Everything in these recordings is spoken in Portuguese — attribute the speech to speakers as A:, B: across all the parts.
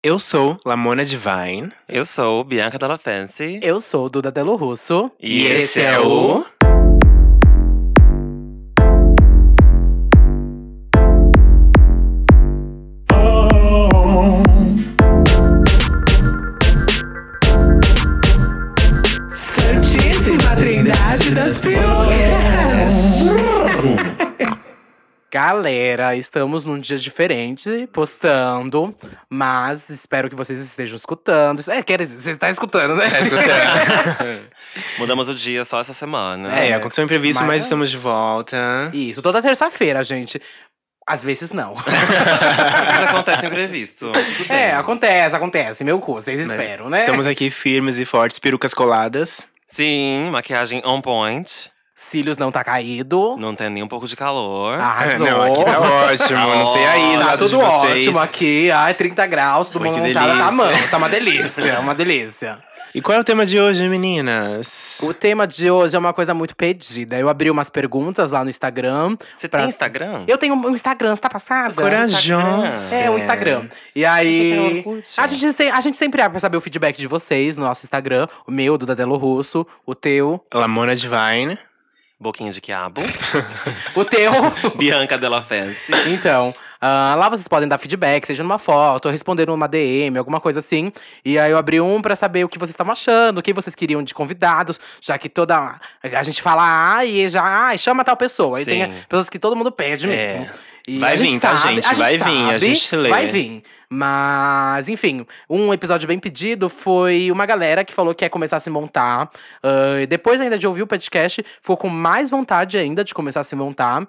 A: Eu sou Lamona Divine.
B: Eu sou Bianca Della Fancy.
C: Eu sou Duda Delo Russo.
A: E, esse é o.
D: Santíssima Trindade das Perucas.
C: Galera, estamos num dia diferente, postando, mas espero que vocês estejam escutando. É, quer dizer, você tá escutando, né?
A: Tá escutando?
B: Mudamos o dia só essa semana.
A: é, aconteceu um imprevisto, mas,
C: Mas-
A: estamos de volta.
C: Isso, toda terça-feira, gente. Às vezes não.
B: Às vezes acontece imprevisto. Tudo bem.
C: é, acontece, acontece. Meu cu, vocês esperam, né?
A: Estamos aqui firmes e fortes, perucas coladas.
B: Sim, maquiagem on point.
C: Cílios não tá caído.
B: Não tem nem um pouco de calor.
C: Arrasou.
A: Não, aqui tá ótimo. não sei aí, do
C: Ah, Tá
A: lado de
C: tudo
A: vocês.
C: ótimo aqui. Ai, 30 graus, tudo
A: Ui, que
C: montado. Tá,
A: delícia.
C: mano, tá uma delícia, uma delícia.
A: E qual é o tema de hoje, meninas?
C: O tema de hoje é uma coisa muito pedida. Eu abri umas perguntas lá no Instagram.
B: Você
C: Pra-
B: tem Instagram?
C: Eu tenho um Instagram, você tá passada?
A: Corajosa.
C: É, um Instagram. E
B: Achei que era
C: aí.
B: um Orkut.
C: A gente, se- a gente sempre abre pra saber o feedback de vocês no nosso Instagram. O meu, do Dadelo Russo. O teu.
A: Lamona Divine.
B: Boquinha de quiabo.
C: O teu.
B: Bianca Della Fancy.
C: então, ah, lá vocês podem dar feedback, seja numa foto, ou responder numa DM, alguma coisa assim. E aí eu abri um pra saber o que vocês estavam achando, o que vocês queriam de convidados, já que toda. A gente fala, ah, e já ah, e chama tal pessoa. Aí
B: Sim.
C: tem pessoas que todo mundo pede mesmo. E
A: É. Vai
C: a gente
A: vir, tá,
C: sabe-
A: gente?
C: a
A: Vai vir, a
C: sabe,
A: gente lê.
C: Vai vir. Mas, enfim, um episódio bem pedido foi uma galera que falou que ia começar a se montar. Ah, e depois ainda de ouvir o podcast, ficou com mais vontade ainda de começar a se montar.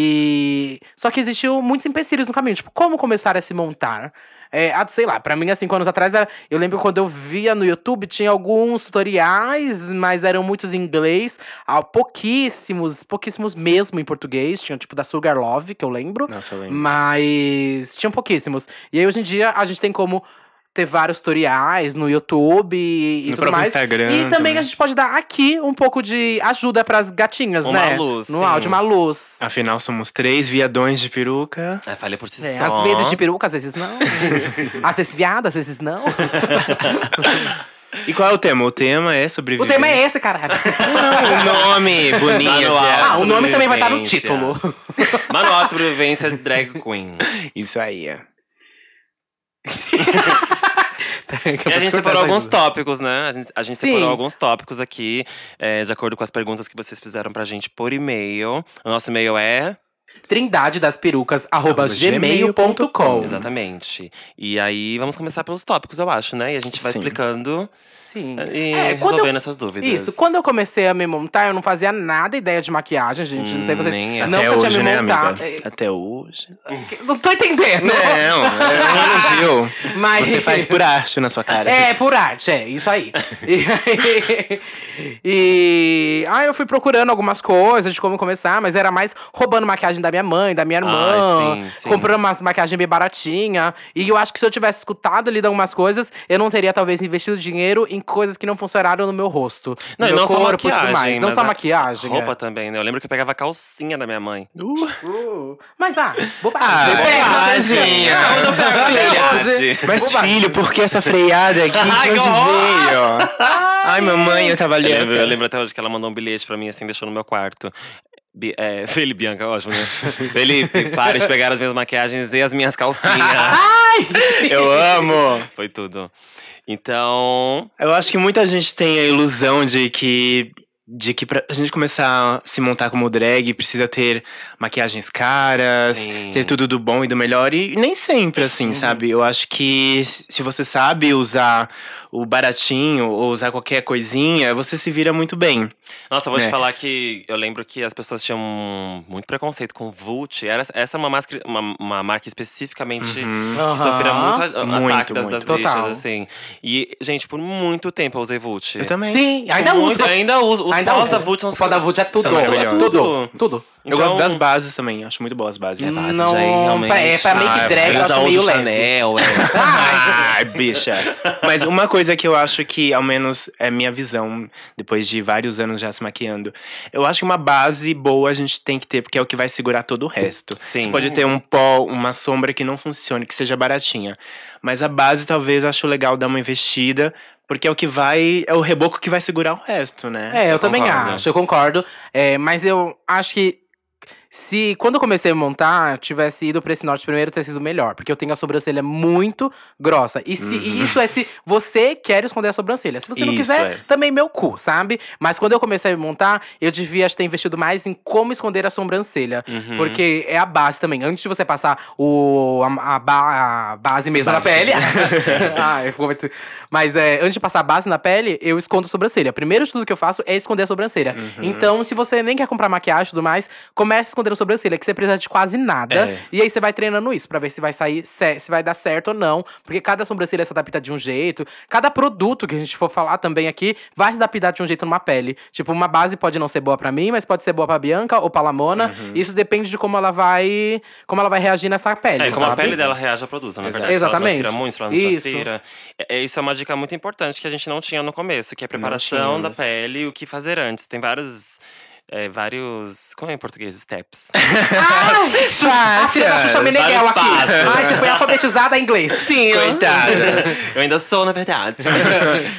C: E só que existiu muitos empecilhos no caminho, tipo, como começar a se montar? É, ah, sei lá, pra mim, há cinco anos atrás, era, eu lembro quando eu via no YouTube, tinha alguns tutoriais, mas eram muitos em inglês, ah, pouquíssimos, pouquíssimos mesmo em português. Tinha tipo da Sugar Love, que eu lembro.
A: Nossa, eu
C: Hum,
A: lembro.
C: Mas tinham pouquíssimos. E aí, hoje em dia, a gente tem como ter vários tutoriais no YouTube e,
A: no
C: e tudo
A: próprio
C: mais.
A: Instagram.
C: E também a gente pode dar aqui um pouco de ajuda pras gatinhas,
B: Uma
C: né?
B: luz,
C: no
B: sim.
C: áudio, uma luz.
A: Afinal, somos três viadões de peruca.
B: É, falha por si
C: É,
B: só.
C: às vezes de peruca, às vezes não. às vezes viada, às vezes não.
A: E qual é o tema? O tema é sobreviver.
C: o tema é esse, caralho.
A: Não, o nome, bonito. é.
B: Manual.
A: viado.
C: ah, o nome também vai estar no
B: sobrevivência.
C: título.
B: Manual de sobrevivência drag queen.
A: Isso aí. é.
C: é
B: E a gente separou alguns tópicos, né? A gente, a gente
C: Sim.
B: separou alguns tópicos aqui, é, de acordo com as perguntas que vocês fizeram pra gente por e-mail. O nosso e-mail é.
C: Trindade das perucas, arroba
A: Arroba gmail ponto com.
C: gmail.com.
B: Exatamente. E aí vamos começar pelos tópicos, eu acho, né? E a gente vai
A: Sim.
B: explicando
C: Sim.
B: e
C: É, quando eu-
B: resolvendo essas dúvidas.
C: Isso, quando eu comecei a me montar, eu não fazia nada ideia de maquiagem, gente. não sei
B: Hum,
C: vocês.
B: nem eu.
C: Não
A: Até
C: que eu
A: hoje,
C: tinha me
A: né, amiga?
C: montado. É,
A: Até hoje.
C: que- Não tô entendendo.
A: Não, é um elogio.
C: Mas...
A: Você faz por arte na sua cara.
C: É, por arte, é, isso aí. E aí, e aí eu fui procurando algumas coisas de como começar, mas era mais roubando maquiagem da minha mãe, da minha irmã,
B: Ah, sim, sim.
C: comprando umas maquiagem bem baratinha. E eu acho que se eu tivesse escutado ali de algumas coisas, eu não teria talvez investido dinheiro em coisas que não funcionaram no meu rosto.
B: Não,
C: no
B: e
C: meu
B: não só
C: corpo e
B: maquiagem.
C: tudo mais. Não
B: mas
C: só
B: a-
C: maquiagem.
B: Roupa
C: é.
B: também, né? Eu lembro que eu pegava a calcinha da minha mãe.
A: Uh,
C: Uh, mas ah, bobagem.
A: Ah,
C: pega,
A: bobagem.
C: né, gente?
A: Hoje eu pego
C: Até hoje.
B: é.
A: mas filho, por que essa freada aqui?
B: Ai,
A: De
B: que
A: onde
B: horror!
A: veio? Ai, mamãe, eu tava
B: Eu lembro, eu
A: ali.
B: lembro até hoje que ela mandou um bilhete pra mim, assim, deixou no meu quarto. Bi- é, Felipe Bianca, ótimo, né? Felipe, para de pegar as minhas maquiagens e as minhas calcinhas.
A: Eu amo.
B: Foi tudo. Então,
A: Eu acho que muita gente tem a ilusão de que de que pra gente começar a se montar como drag precisa ter maquiagens caras,
B: Sim.
A: ter tudo do bom e do melhor e nem sempre assim, sabe? Eu acho que se você sabe usar o baratinho ou usar qualquer coisinha, você se vira muito bem.
B: Nossa, eu vou
A: né?
B: te falar que eu lembro que as pessoas tinham muito preconceito com Vult. Era, essa é uma, máscara- uma, uma marca especificamente que sofria
C: Aham.
B: muito, a-
A: Uhum. Muito,
B: ataque das,
A: muito.
B: das
C: Total.
B: bichas, assim. E, gente, por muito tempo eu usei Vult.
A: Eu também.
C: Sim,
B: Tipo,
C: ainda
B: muito,
C: uso.
B: Ainda uso. Os
C: Ainda
B: pós
C: uso.
B: da Vult são um
C: O pó da Vult é tudo.
A: São maravilhosos.
C: Tudo. Tudo.
A: Eu gosto das
B: Então-
A: bases também, acho muito boas as bases.
B: Essas
C: Não,
B: aí, realmente.
C: pra- é, pra make
A: Ah,
C: drag,
A: mas
C: eu
B: Elas usam
C: acho meio leve.
B: Chanel, é.
C: Ai,
A: Ai, bicha. Mas uma coisa que eu acho que, ao menos, é minha visão, depois de vários anos já se maquiando, eu acho que uma base boa a gente tem que ter, porque é o que vai segurar todo o resto.
B: Sim.
A: Você pode ter um pó, uma sombra que não funcione, que seja baratinha. Mas a base, talvez, eu acho legal dar uma investida, porque é o que vai. É o reboco que vai segurar o resto, né?
C: É, eu, também
B: concordo.
C: acho, eu concordo. É, mas eu acho que se quando eu comecei a montar, eu tivesse ido pra esse norte primeiro, ter sido melhor. Porque eu tenho a sobrancelha muito grossa. E se e isso é se você quer esconder a sobrancelha. Se você não
A: Uhum. Isso,
C: quiser,
A: é.
C: também meu cu, sabe? Mas quando eu comecei a montar, eu devia acho, ter investido mais em como esconder a sobrancelha.
B: Uhum.
C: Porque é a base também. Antes de você passar o, a, a ba- a base mesmo na
B: Base.
C: pele. ah, eu fico muito- Mas é, antes de passar a base na pele, eu escondo a sobrancelha. Primeiro de tudo que eu faço é esconder a sobrancelha.
B: Uhum.
C: Então, se você nem quer comprar maquiagem e tudo mais, comece a esconder a sobrancelha, que você precisa de quase nada.
B: É.
C: E aí você vai treinando isso pra ver se vai sair, cer- se vai dar certo ou não. Porque cada sobrancelha se adapta de um jeito. Cada produto que a gente for falar também aqui vai se adaptar de um jeito numa pele. Tipo, uma base pode não ser boa pra mim, mas pode ser boa pra Bianca ou pra Lamona.
B: Uhum.
C: Isso depende de como ela vai. como ela vai reagir nessa pele.
B: É, como a
C: sabe?
B: pele dela reage ao produto, na verdade.
C: Exatamente.
B: Se ela transpira muito, se ela não
C: Isso.
B: transpira. É, é, isso é uma dica muito importante que a gente não tinha no começo, que é a preparação da
A: tínhamos.
B: pele e o que fazer antes. Tem vários. é, vários. Como é em português? Steps.
C: Ai, Xuxa, a filha da Xuxa
B: vários
C: Meneghel aqui.
B: passos.
C: Ai, você foi alfabetizada em inglês.
A: Sim, coitada.
B: Eu ainda sou, na verdade.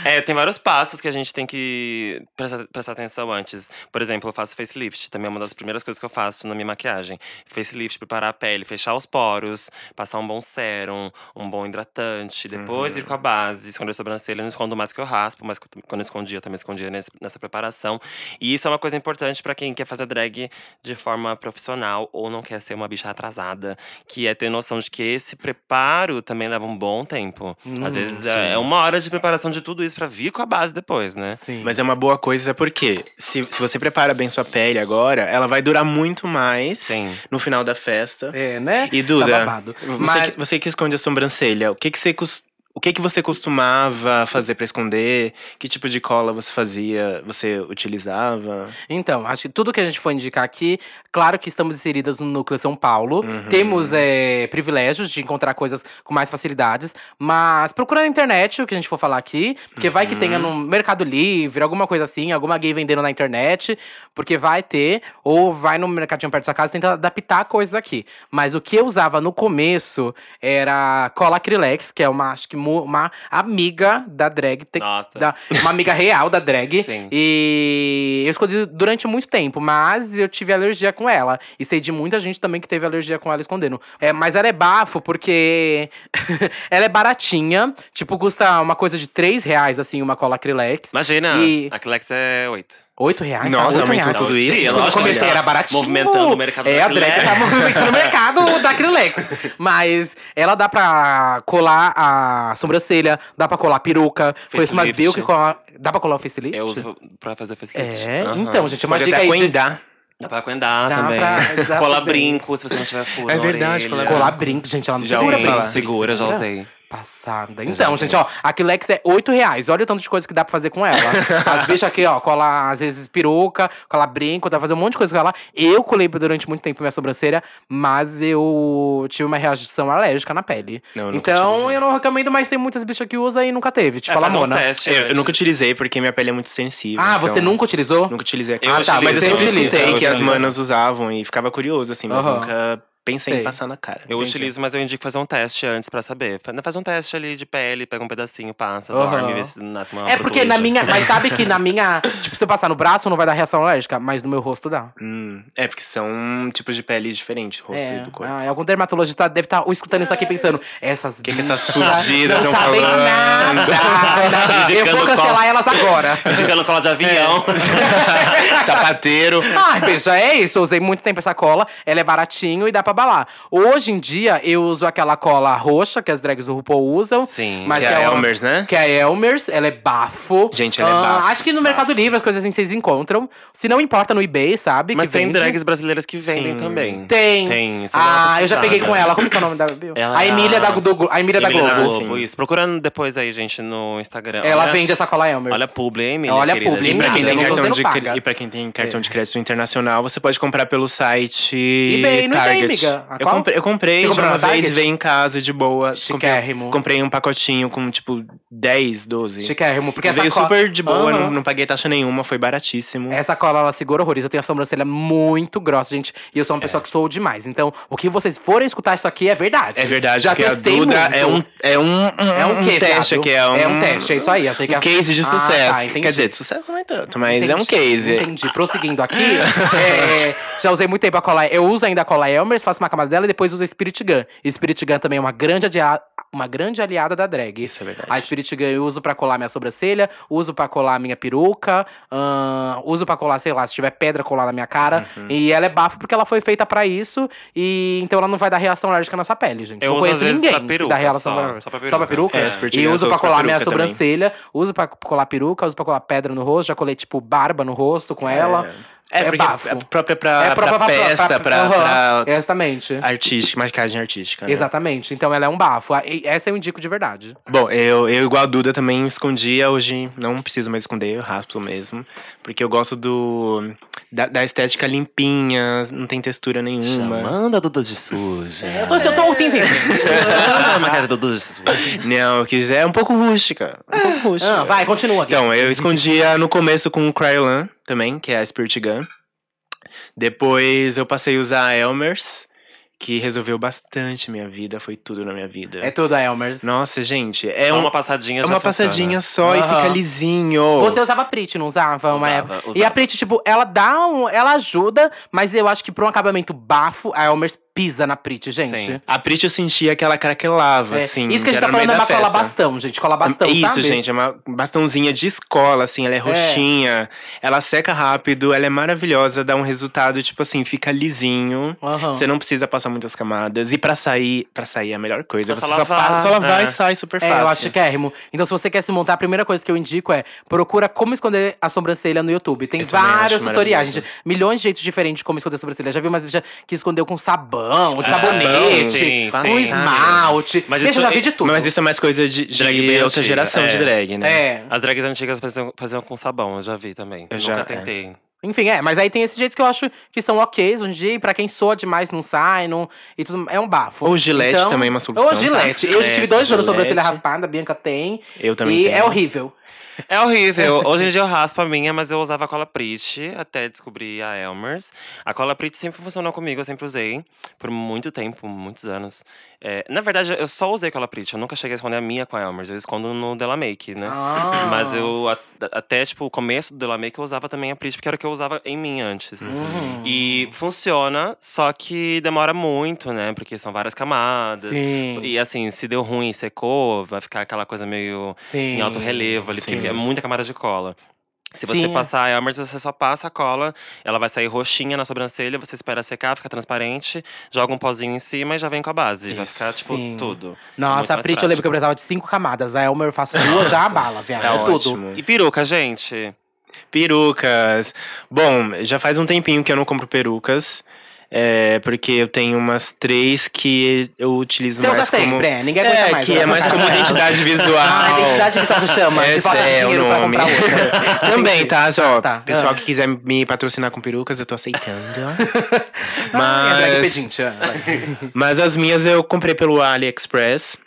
B: É, tem vários passos que a gente tem que prestar, prestar atenção antes. Por exemplo, eu faço facelift, também é uma das primeiras coisas que eu faço na minha maquiagem. Facelift, preparar a pele, fechar os poros, passar um bom sérum, um bom hidratante. Depois ir com a base, esconder a sobrancelha. Eu não escondo mais que eu raspo, mas quando eu escondia, eu também escondia nesse- nessa preparação. E isso é uma coisa importante pra quem quer fazer drag de forma profissional ou não quer ser uma bicha atrasada, que é ter noção de que esse preparo também leva um bom tempo.
C: Uhum,
B: Às vezes é é uma hora de preparação de tudo isso pra vir com a base depois, né?
C: Sim.
A: Mas é uma boa coisa porque se, se você prepara bem sua pele agora, ela vai durar muito mais
B: Sim.
A: no final da festa.
C: É, né?
A: E
C: Tá
A: Duda,
C: babado.
A: você,
C: Mas,
A: que, você que esconde a sobrancelha, o que que você cos- o que que você costumava fazer pra esconder? Que tipo de cola você fazia, você utilizava?
C: então, acho que tudo que a gente for indicar aqui, claro que estamos inseridas no núcleo São Paulo. Temos é, privilégios de encontrar coisas com mais facilidades. Mas procura na internet o que a gente for falar aqui. Porque vai que tenha no Mercado Livre, alguma coisa assim, alguma gay vendendo na internet. Porque vai ter. Ou vai no mercadinho perto da sua casa e tenta adaptar coisas aqui. Mas o que eu usava no começo era cola acrylex, que é uma, acho que mu- uma amiga da drag. te-
B: Nossa.
C: Tá. da- uma amiga real da drag.
B: Sim.
C: E eu escondi durante muito tempo, mas eu tive alergia com ela. E sei de muita gente também que teve alergia com ela escondendo. É, mas ela é bafo porque ela é baratinha. Tipo, custa uma coisa de 3 reais, assim, uma cola acrylex.
B: Imagina,
C: E-
B: a Clex é oito.
C: 8 reais?
A: Nossa,
C: tá? 8
A: aumentou
C: reais.
A: tudo isso?
B: Sim, é
C: Quando eu
B: lógico,
C: comecei
B: né?
C: era baratinho.
B: Movimentando o mercado
C: É,
B: da
C: a Drake
B: Acrylex.
C: tá movimentando o mercado da Acrylex. Mas ela dá pra colar a sobrancelha, dá pra colar a peruca. Conheço umas
B: Facelift.
C: bio que cola... Dá pra colar o facelift?
B: Eu uso pra fazer facelift.
C: É,
B: Aham.
C: então, gente, é uma
A: Pode
C: dica
A: até
C: aí de-
A: coendar.
B: Dá pra coendar
C: Dá
B: também.
C: pra- exatamente.
B: colar brinco, se você não tiver furo
A: É
B: na
A: verdade,
B: orelha.
C: Colar brinco, gente, ela não
A: Já
C: segura
A: ouvi
B: Sim,
A: falar.
C: brinco.
B: segura, já
C: Segura.
B: usei.
C: Passada.
B: já
C: Então,
B: sei.
C: gente, ó, a Aquilex é 8 reais. Olha o tanto de coisa que dá pra fazer com ela. As bichas aqui, ó, cola às vezes peruca, cola brinco, dá pra fazer um monte de coisa com ela. Eu colei durante muito tempo minha sobrancelha, mas eu tive uma reação alérgica na pele.
A: Não, eu nunca
C: então,
A: tive.
C: eu não recomendo, mas tem muitas bichas que usam e nunca teve. Tipo,
B: É,
C: a
B: faz um
C: Lamona.
B: teste,
A: Eu,
B: gente.
A: eu nunca utilizei porque minha pele é muito sensível.
C: ah,
A: então
C: você nunca utilizou?
A: Nunca utilizei. a
B: Eu
A: cola.
C: Ah, tá,
A: mas eu
B: utilizo,
A: sempre
B: eu utilizo,
A: escutei
B: eu
A: que as
B: utilizo.
A: manas usavam e ficava curioso assim, mas
C: Aham.
A: nunca pensei
C: Sei.
A: em passar na cara.
B: Eu
A: Entendi.
B: utilizo, mas eu indico fazer um teste antes pra saber. Fa- Faz um teste ali de pele, pega um pedacinho, passa,
C: Aham.
B: dorme, vê se nasce uma
C: É porque na
B: protuja.
C: minha. Mas sabe que na minha. Tipo, se eu passar no braço, não vai dar reação alérgica, mas no meu rosto dá.
A: Hum, é, porque são tipos de pele diferentes, rosto e do corpo.
C: ah, algum dermatologista deve estar escutando isso aqui pensando: essas
A: que essas
C: bichas
A: fugidas
C: não
A: tão
C: sabem
A: falando?"
C: nada. Eu vou
B: Indicando
C: cancelar
B: qual.
C: elas agora.
B: Indicando cola de avião.
C: É. Ah.
A: Sapateiro.
C: Ai, bicho, é isso. Eu usei muito tempo essa cola. Ela é baratinho e dá pra balar. Hoje em dia, eu uso aquela cola roxa que as drags do RuPaul usam.
B: Sim,
A: que é a
C: uma-
A: Elmer's, né?
C: Que é a Elmer's. Ela é bafo.
A: Gente, ela é
C: Ah,
A: bafo,
C: Acho que no Mercado Livre as coisas assim vocês encontram. Se não importa no eBay, sabe?
B: Mas
C: que
B: tem
C: vende.
B: drags brasileiras que vendem
A: Sim.
B: também.
C: Tem.
B: Tem. isso dá uma
C: Ah, eu já
B: pesquisada.
C: peguei com ela. Como que é o nome da viu?
B: Ela
C: A
B: é
C: Emília
B: a-
C: da Globo. A Emília,
B: Emília
C: da Globo. assim.
A: Globo,
B: isso. Procurando depois aí, gente, no Instagram.
C: Ela
B: Olha-
C: vende essa cola Elmers.
B: Olha a publi, hein, Emília,
C: Olha a
B: querida?
C: publi, né?
A: E pra,
C: Nada,
A: quem tem
C: não tô
A: cartão
C: sendo
A: de cre-
C: paga. É.
A: e pra quem tem cartão de crédito internacional, você pode comprar pelo site
C: eBay, no eBay,
A: Target.
C: miga. amiga? A
A: Eu
C: qual?
A: comprei, eu comprei
C: Você
A: já
C: comprou
A: uma
C: na
A: vez,
C: Target?
A: veio em casa de boa. Comprei,
C: Chiquérrimo.
A: comprei um pacotinho com, tipo, 10, 12.
C: Chiquérrimo, porque essa
A: veio
C: cola...
A: super um. de boa,
C: Aham.
A: não, não paguei taxa nenhuma, foi baratíssimo.
C: Essa cola, ela segura horrores. Eu tenho a sobrancelha muito grossa, gente. E eu
A: É.
C: sou uma pessoa que sou demais. Então, o que vocês forem escutar isso aqui é verdade.
A: É verdade,
C: Já
A: porque a
C: testei
A: Duda
C: muito.
A: é um, é um,
C: É um, quê,
A: teste
C: viado?
A: aqui, é um,
C: É um teste, é isso aí. Achei que
A: um
C: a-
A: case de
C: Ah,
A: sucesso.
C: tá, entendi.
A: Quer dizer, de sucesso não é tanto, mas é um
C: Entendi,
A: case.
C: Entendi. Prosseguindo aqui, é, já usei muito tempo a cola. Eu uso ainda a cola Elmers, faço uma camada dela e depois uso a Spirit Gun. E Spirit Gun também é uma grande, adia- uma grande aliada da drag.
A: Isso é verdade.
C: A Spirit Gun eu uso pra colar minha sobrancelha, uso pra colar minha peruca, ahn, uso pra colar, sei lá, se tiver pedra colar na minha cara.
A: Uhum.
C: E ela é bafo porque ela foi feita pra isso e então ela não vai dar reação alérgica na sua pele, gente.
B: Eu
C: não
B: uso,
C: conheço
B: às vezes,
C: ninguém
B: pra
C: que
B: peruca
C: dá reação
B: só,
C: alérgica.
B: só pra
C: Só pra
B: peruca?
C: peruca?
A: É, a Spirit
C: e
A: Gun eu
C: uso
A: uso
C: pra
A: pra
C: colar minha
A: peruca também.
C: sobrancelha, uso pra colar peruca, uso pra colar pedra no rosto, já colei tipo barba no rosto com ela.
A: É, porque
C: bafo.
A: é própria pra,
C: É
A: pra peça, pra,
C: aham, É.
A: pra Ah,
C: Exatamente.
A: artística, maquiagem artística. né?
C: Exatamente. Então ela é um bafo. Ah, e- Essa eu indico de verdade.
A: Bom, eu, eu igual a Duda também escondia, hoje não preciso mais esconder, eu raspo mesmo. Porque eu gosto do da, da estética limpinha, não tem textura nenhuma.
B: Chamando a Duda de suja.
C: Eu tô, eu tô entendendo.
B: Chamando a cara da Duda de suja.
A: Não, eu quis, é um pouco rústica. Um pouco rústica.
C: Ah, vai, continua aqui.
A: Então, eu escondia no começo com o Cryolan também, que é a Spirit Gun. Depois eu passei a usar a Elmers, que resolveu bastante minha vida, foi tudo na minha vida.
C: é tudo a Elmers.
A: Nossa, gente, é
B: É
A: um-
B: uma passadinha
A: é
B: já
A: uma
B: funciona.
A: passadinha só e
C: Aham.
A: fica lisinho.
C: Você usava a Prit, não usava? Uma
B: Usava,
C: época. E
B: usava.
C: a Prit, tipo, ela dá um. Ela ajuda, mas eu acho que pra um acabamento bafo, a Elmers pisa na Prit, gente.
B: Sim.
A: A Prit eu sentia que ela craquelava,
C: É,
A: Tipo assim.
C: Isso que a gente
A: era
C: tá
A: no meio
C: falando é
A: da
C: uma cola
A: festa.
C: bastão, gente. Cola bastão,
A: Isso,
C: sabe?
A: gente, é uma bastãozinha de escola, assim, ela é roxinha, ela seca rápido, ela é maravilhosa, dá um resultado, tipo assim, fica lisinho.
C: Aham.
A: Você não precisa passar muitas camadas. E pra sair, para sair é a melhor coisa.
B: Só
A: Você só,
B: lavar,
A: pa- só lavar
B: é.
A: e sai super
C: É,
A: fácil.
C: eu acho que é, Rimo. Então, se você quer se montar, a primeira coisa que eu indico é procura como esconder a sobrancelha no YouTube. Tem
A: Eu também acho
C: vários tutoriais,
A: maravilhoso.
C: gente. Milhões de jeitos diferentes de como esconder a sobrancelha. Já vi umas bichas que escondeu com sabão, de
B: Ah,
C: é sabonete,
B: sim,
C: com
B: sim.
C: esmalte.
B: Mas
C: Gente,
B: isso
C: eu já
B: é-
C: vi de tudo.
A: Mas isso é mais coisa de, de
B: Drag bem
A: outra
B: antiga,
A: geração de
B: é.
A: drag, né?
C: É.
B: As drags antigas faziam, faziam com sabão, eu já vi também.
A: Eu
B: Eu
A: já-
B: Nunca
A: é.
B: tentei.
C: Enfim, é. Mas aí tem esses jeitos que eu acho que são ok hoje em dia. E pra quem soa demais, não sai, não. E tudo. É um bafo.
A: Ou gilete
C: Então,
A: também é uma solução.
C: Ou gilete. Eu já tive
B: É,
C: dois anos sobrancelha
A: raspada.
C: raspada, a Bianca tem.
A: Eu também
C: e
A: tenho.
C: é horrível.
B: É horrível. Hoje em dia eu raspo a minha, mas eu usava a cola Prit até descobrir a Elmers. A cola Prit sempre funcionou comigo, eu sempre usei por muito tempo, muitos anos. É, na verdade, eu só usei cola Prit, eu nunca cheguei a esconder a minha com a Elmers. Eu escondo no Della Make, né?
C: Ah.
B: Mas eu, a- até tipo, o começo do Della Make, eu usava também a Prit, porque era o que eu usava em mim antes. Uhum. E funciona, só que demora muito, né? Porque são várias camadas.
C: Sim.
B: E assim, se deu ruim, secou, vai ficar aquela coisa meio
C: Sim.
B: em alto relevo ali,
A: Sim.
B: porque é muita camada de cola. Se você
C: Sim, é.
B: passar a Elmer, você só passa a cola, ela vai sair roxinha na sobrancelha, você espera secar, fica transparente, joga um pozinho em cima e já vem com a base. Vai
A: Isso.
B: ficar, tipo,
C: Sim.
B: tudo. É
C: Nossa, a
B: muito mais
C: Prit, eu lembro
B: prático.
C: que eu precisava de cinco camadas. A Elmer eu faço duas, já a bala, viado.
A: Tá
C: é tudo.
A: ótimo.
B: E peruca, gente.
A: Perucas. Bom, já faz um tempinho que eu não compro perucas. É, porque eu tenho umas três que eu utilizo
C: Você usa
A: mais como...
C: sempre, é. Ninguém aguenta
A: é,
C: mais.
A: que
C: né?
A: é mais como identidade visual. é
C: Ah, identidade visual se chama. de volta dinheiro pra comprar outra.
A: Também,
C: Entendi.
A: tá? Só,
C: tá.
A: pessoal
C: Ah.
A: que quiser me patrocinar com perucas, eu tô aceitando.
C: Ah, é drag
A: mas,
C: pedinte, ah, vai.
A: mas as minhas eu comprei pelo AliExpress.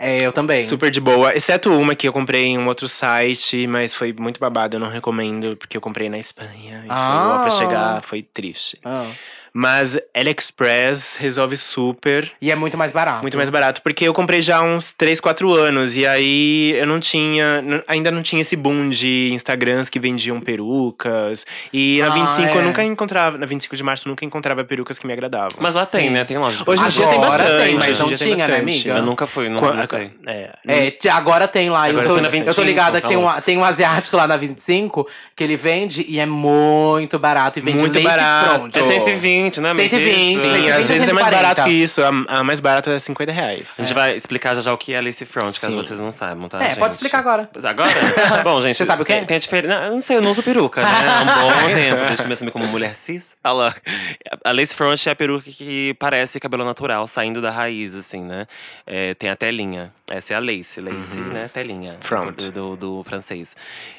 C: É, eu também.
A: Super de boa. Exceto uma que eu comprei em um outro site, mas foi muito babado. Eu não recomendo, porque eu comprei na Espanha. E
C: Ah.
A: foi lá pra chegar, foi triste.
C: Ah.
A: Mas AliExpress resolve super.
C: E é muito mais barato.
A: Muito mais barato, porque eu comprei já há uns 3, 4 anos. E aí eu não tinha. n- Ainda não tinha esse boom de Instagrams que vendiam perucas. E na
C: Ah,
A: 25 eu
C: é.
A: nunca encontrava. Na 25 de março eu nunca encontrava perucas que me agradavam.
B: Mas lá tem, né? Tem loja de
A: Hoje em
B: peruca.
A: dia tem
C: Agora
A: bastante.
C: tem, mas
A: hoje em
C: não
A: dia tem
C: tinha, né,
A: bastante.
C: amiga?
B: Eu nunca fui, não,
A: Qua-
B: não sei.
A: É,
C: É, t- agora tem lá. Eu
B: Agora
C: tô,
B: tem na
C: eu tô
B: 25,
C: ligada que tem um,
B: calma.
C: tem um asiático lá na 25 que ele vende e é muito barato. E vende
A: Muito
C: lace
A: barato.
C: front.
B: É 120, né, amiga?
C: 120,
B: Isso.
A: Sim,
C: Sim,
A: às vezes é mais
C: 140.
A: barato que isso. A, a mais barata é 50 reais.
B: A gente vai explicar já já o que é Lace Front, caso
A: Sim.
B: vocês não saibam, tá,
C: É,
B: gente?
C: pode explicar agora.
B: Agora? Bom, gente… é,
C: Você sabe o quê?
B: Tem, tem a diferença… Não, eu não sei, eu não uso peruca, né? Há um bom tempo, desde que me assumi como mulher cis. Olha lá. A Lace Front é a peruca que parece cabelo natural, saindo da raiz, assim, né? É, tem a telinha. Essa é a lace. Lace, né? Telinha.
A: Uhum. Front.
B: Do, do- do francês.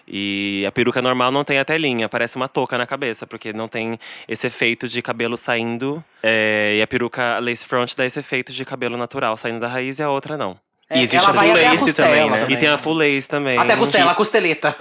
B: E a peruca normal não tem a telinha. Parece uma touca na cabeça, porque não tem esse efeito de cabelo cabelo saindo. é, e a peruca lace front dá esse efeito de cabelo natural saindo da raiz e a outra não.
A: E existe a
C: É, ela vai até
A: full lace também,
C: costela
A: né?
B: E tem a full lace também.
C: Até a costela, a costeleta.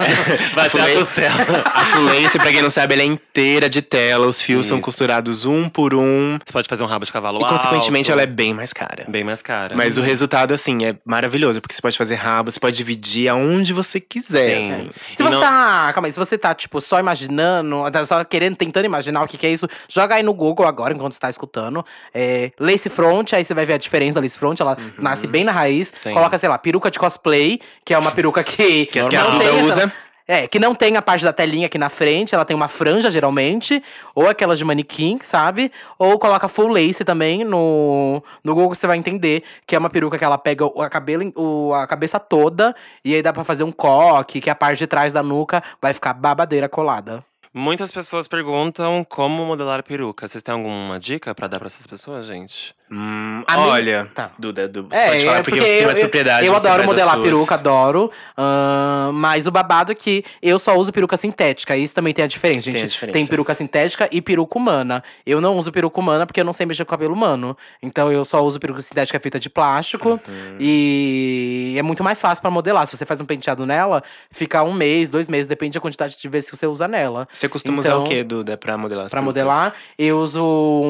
B: Vai
A: Full
B: até a
A: lace.
B: costela.
A: A fluência, pra quem não sabe, ela é inteira de tela. Os fios são
B: Isso.
A: costurados um por um.
B: Você pode fazer um rabo de cavalo
A: E, consequentemente,
B: alto.
A: ela é bem mais cara.
B: Bem mais cara.
A: Mas o resultado, assim, é maravilhoso. Porque você pode fazer rabo, você pode dividir aonde você quiser.
B: Sim.
A: assim.
C: Se
B: E
C: você
B: não-
C: tá. Calma aí, se você tá, tipo, só imaginando, tá só querendo, tentando imaginar o que, que é isso, joga aí no Google agora, enquanto você tá escutando. É, lace front, aí você vai ver a diferença da lace front. Ela
A: Uhum.
C: nasce bem na raiz.
B: Sim.
C: Coloca, sei lá, peruca de cosplay, que é uma peruca que.
A: Que as que a
C: não tem
A: Duda
C: essa-
A: usa.
C: É, que não tem a parte da telinha aqui na frente, ela tem uma franja geralmente, ou aquelas de manequim, sabe? Ou coloca full lace também no, no Google, você vai entender que é uma peruca que ela pega o- a, cabelo, em- o, a cabeça toda e aí dá pra fazer um coque, que a parte de trás da nuca vai ficar babadeira colada.
B: Muitas pessoas perguntam como modelar peruca. Vocês têm alguma dica pra dar pra essas pessoas, gente?
A: Hum,
C: A minha-
A: olha,
C: tá.
A: Duda, du- você pode falar porque, você
C: eu-
A: tem mais
C: é eu-
A: propriedade.
C: Eu
A: você faz
C: adoro
A: as
C: modelar
A: suas.
C: peruca, adoro. ahn, mas o babado é que eu só uso peruca sintética. Isso também tem a diferença, gente.
A: Tem a diferença.
C: Tem peruca sintética e peruca humana. Eu não uso peruca humana porque eu não sei mexer com cabelo humano. Então eu só uso peruca sintética feita de plástico.
A: Uhum.
C: E é muito mais fácil pra modelar. Se você faz um penteado nela, fica um mês, dois meses, depende da quantidade de vezes que você usa nela.
A: Você costuma usar
C: Então,
A: o quê, Duda, pra modelar as
C: Pra
A: perucas?
C: modelar, eu uso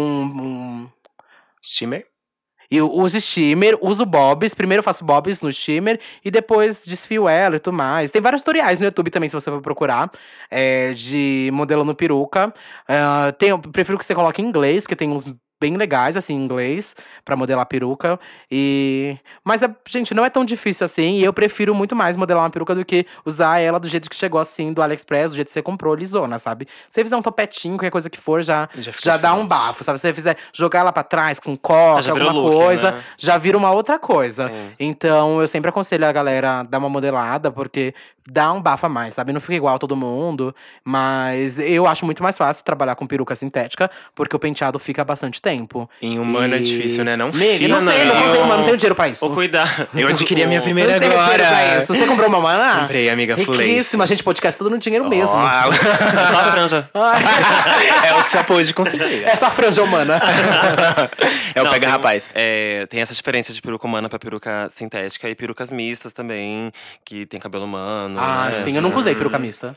C: um- um
A: Steamer?
C: eu uso steamer, uso bobs. Primeiro eu faço bobs no steamer e depois desfio ela e tudo mais. Tem vários tutoriais no YouTube também, se você for procurar, é, de modelando peruca. Ah, tem, eu prefiro que você coloque em inglês, porque tem uns bem legais, assim, em inglês, pra modelar peruca. E... Mas, é- gente, não é tão difícil assim. E eu prefiro muito mais modelar uma peruca do que usar ela do jeito que chegou, assim, do AliExpress, do jeito que você comprou, lisona, sabe? Se você fizer um topetinho, qualquer coisa que for, já
A: Já, fica
C: já dá um
A: diferente.
C: bafo, sabe? Se você fizer jogar ela pra trás com coca,
B: já virou
C: alguma
B: look,
C: coisa,
B: né?
C: já vira uma outra coisa.
B: Sim.
C: Então, eu sempre aconselho a galera a dar uma modelada, porque dá um bafo a mais, sabe? Não fica igual a todo mundo, mas eu acho muito mais fácil trabalhar com peruca sintética, porque o penteado fica bastante tempo.
A: Em humano é
C: E-
A: difícil, né? Não
C: Nega,
A: fica,
C: não sei, não
A: não.
C: consigo, mano, não tenho dinheiro pra isso.
B: O cuidado.
A: Eu adquiri a minha
C: Eu
A: primeira
C: não tenho dinheiro pra
A: agora.
C: isso. Você comprou uma mana?
A: Comprei, amiga, full lace.
C: Riquíssima, gente, podcast todo no dinheiro mesmo.
A: Ó,
B: Só a franja.
A: é o que você pôde conseguir.
C: Essa franja humana.
A: É o
B: Não,
A: pega
B: tem-
A: rapaz.
B: é, tem essa diferença de peruca humana pra peruca sintética e perucas mistas também, que tem cabelo humano.
C: ah,
A: é,
B: né?
C: sim, eu nunca usei peruca mista.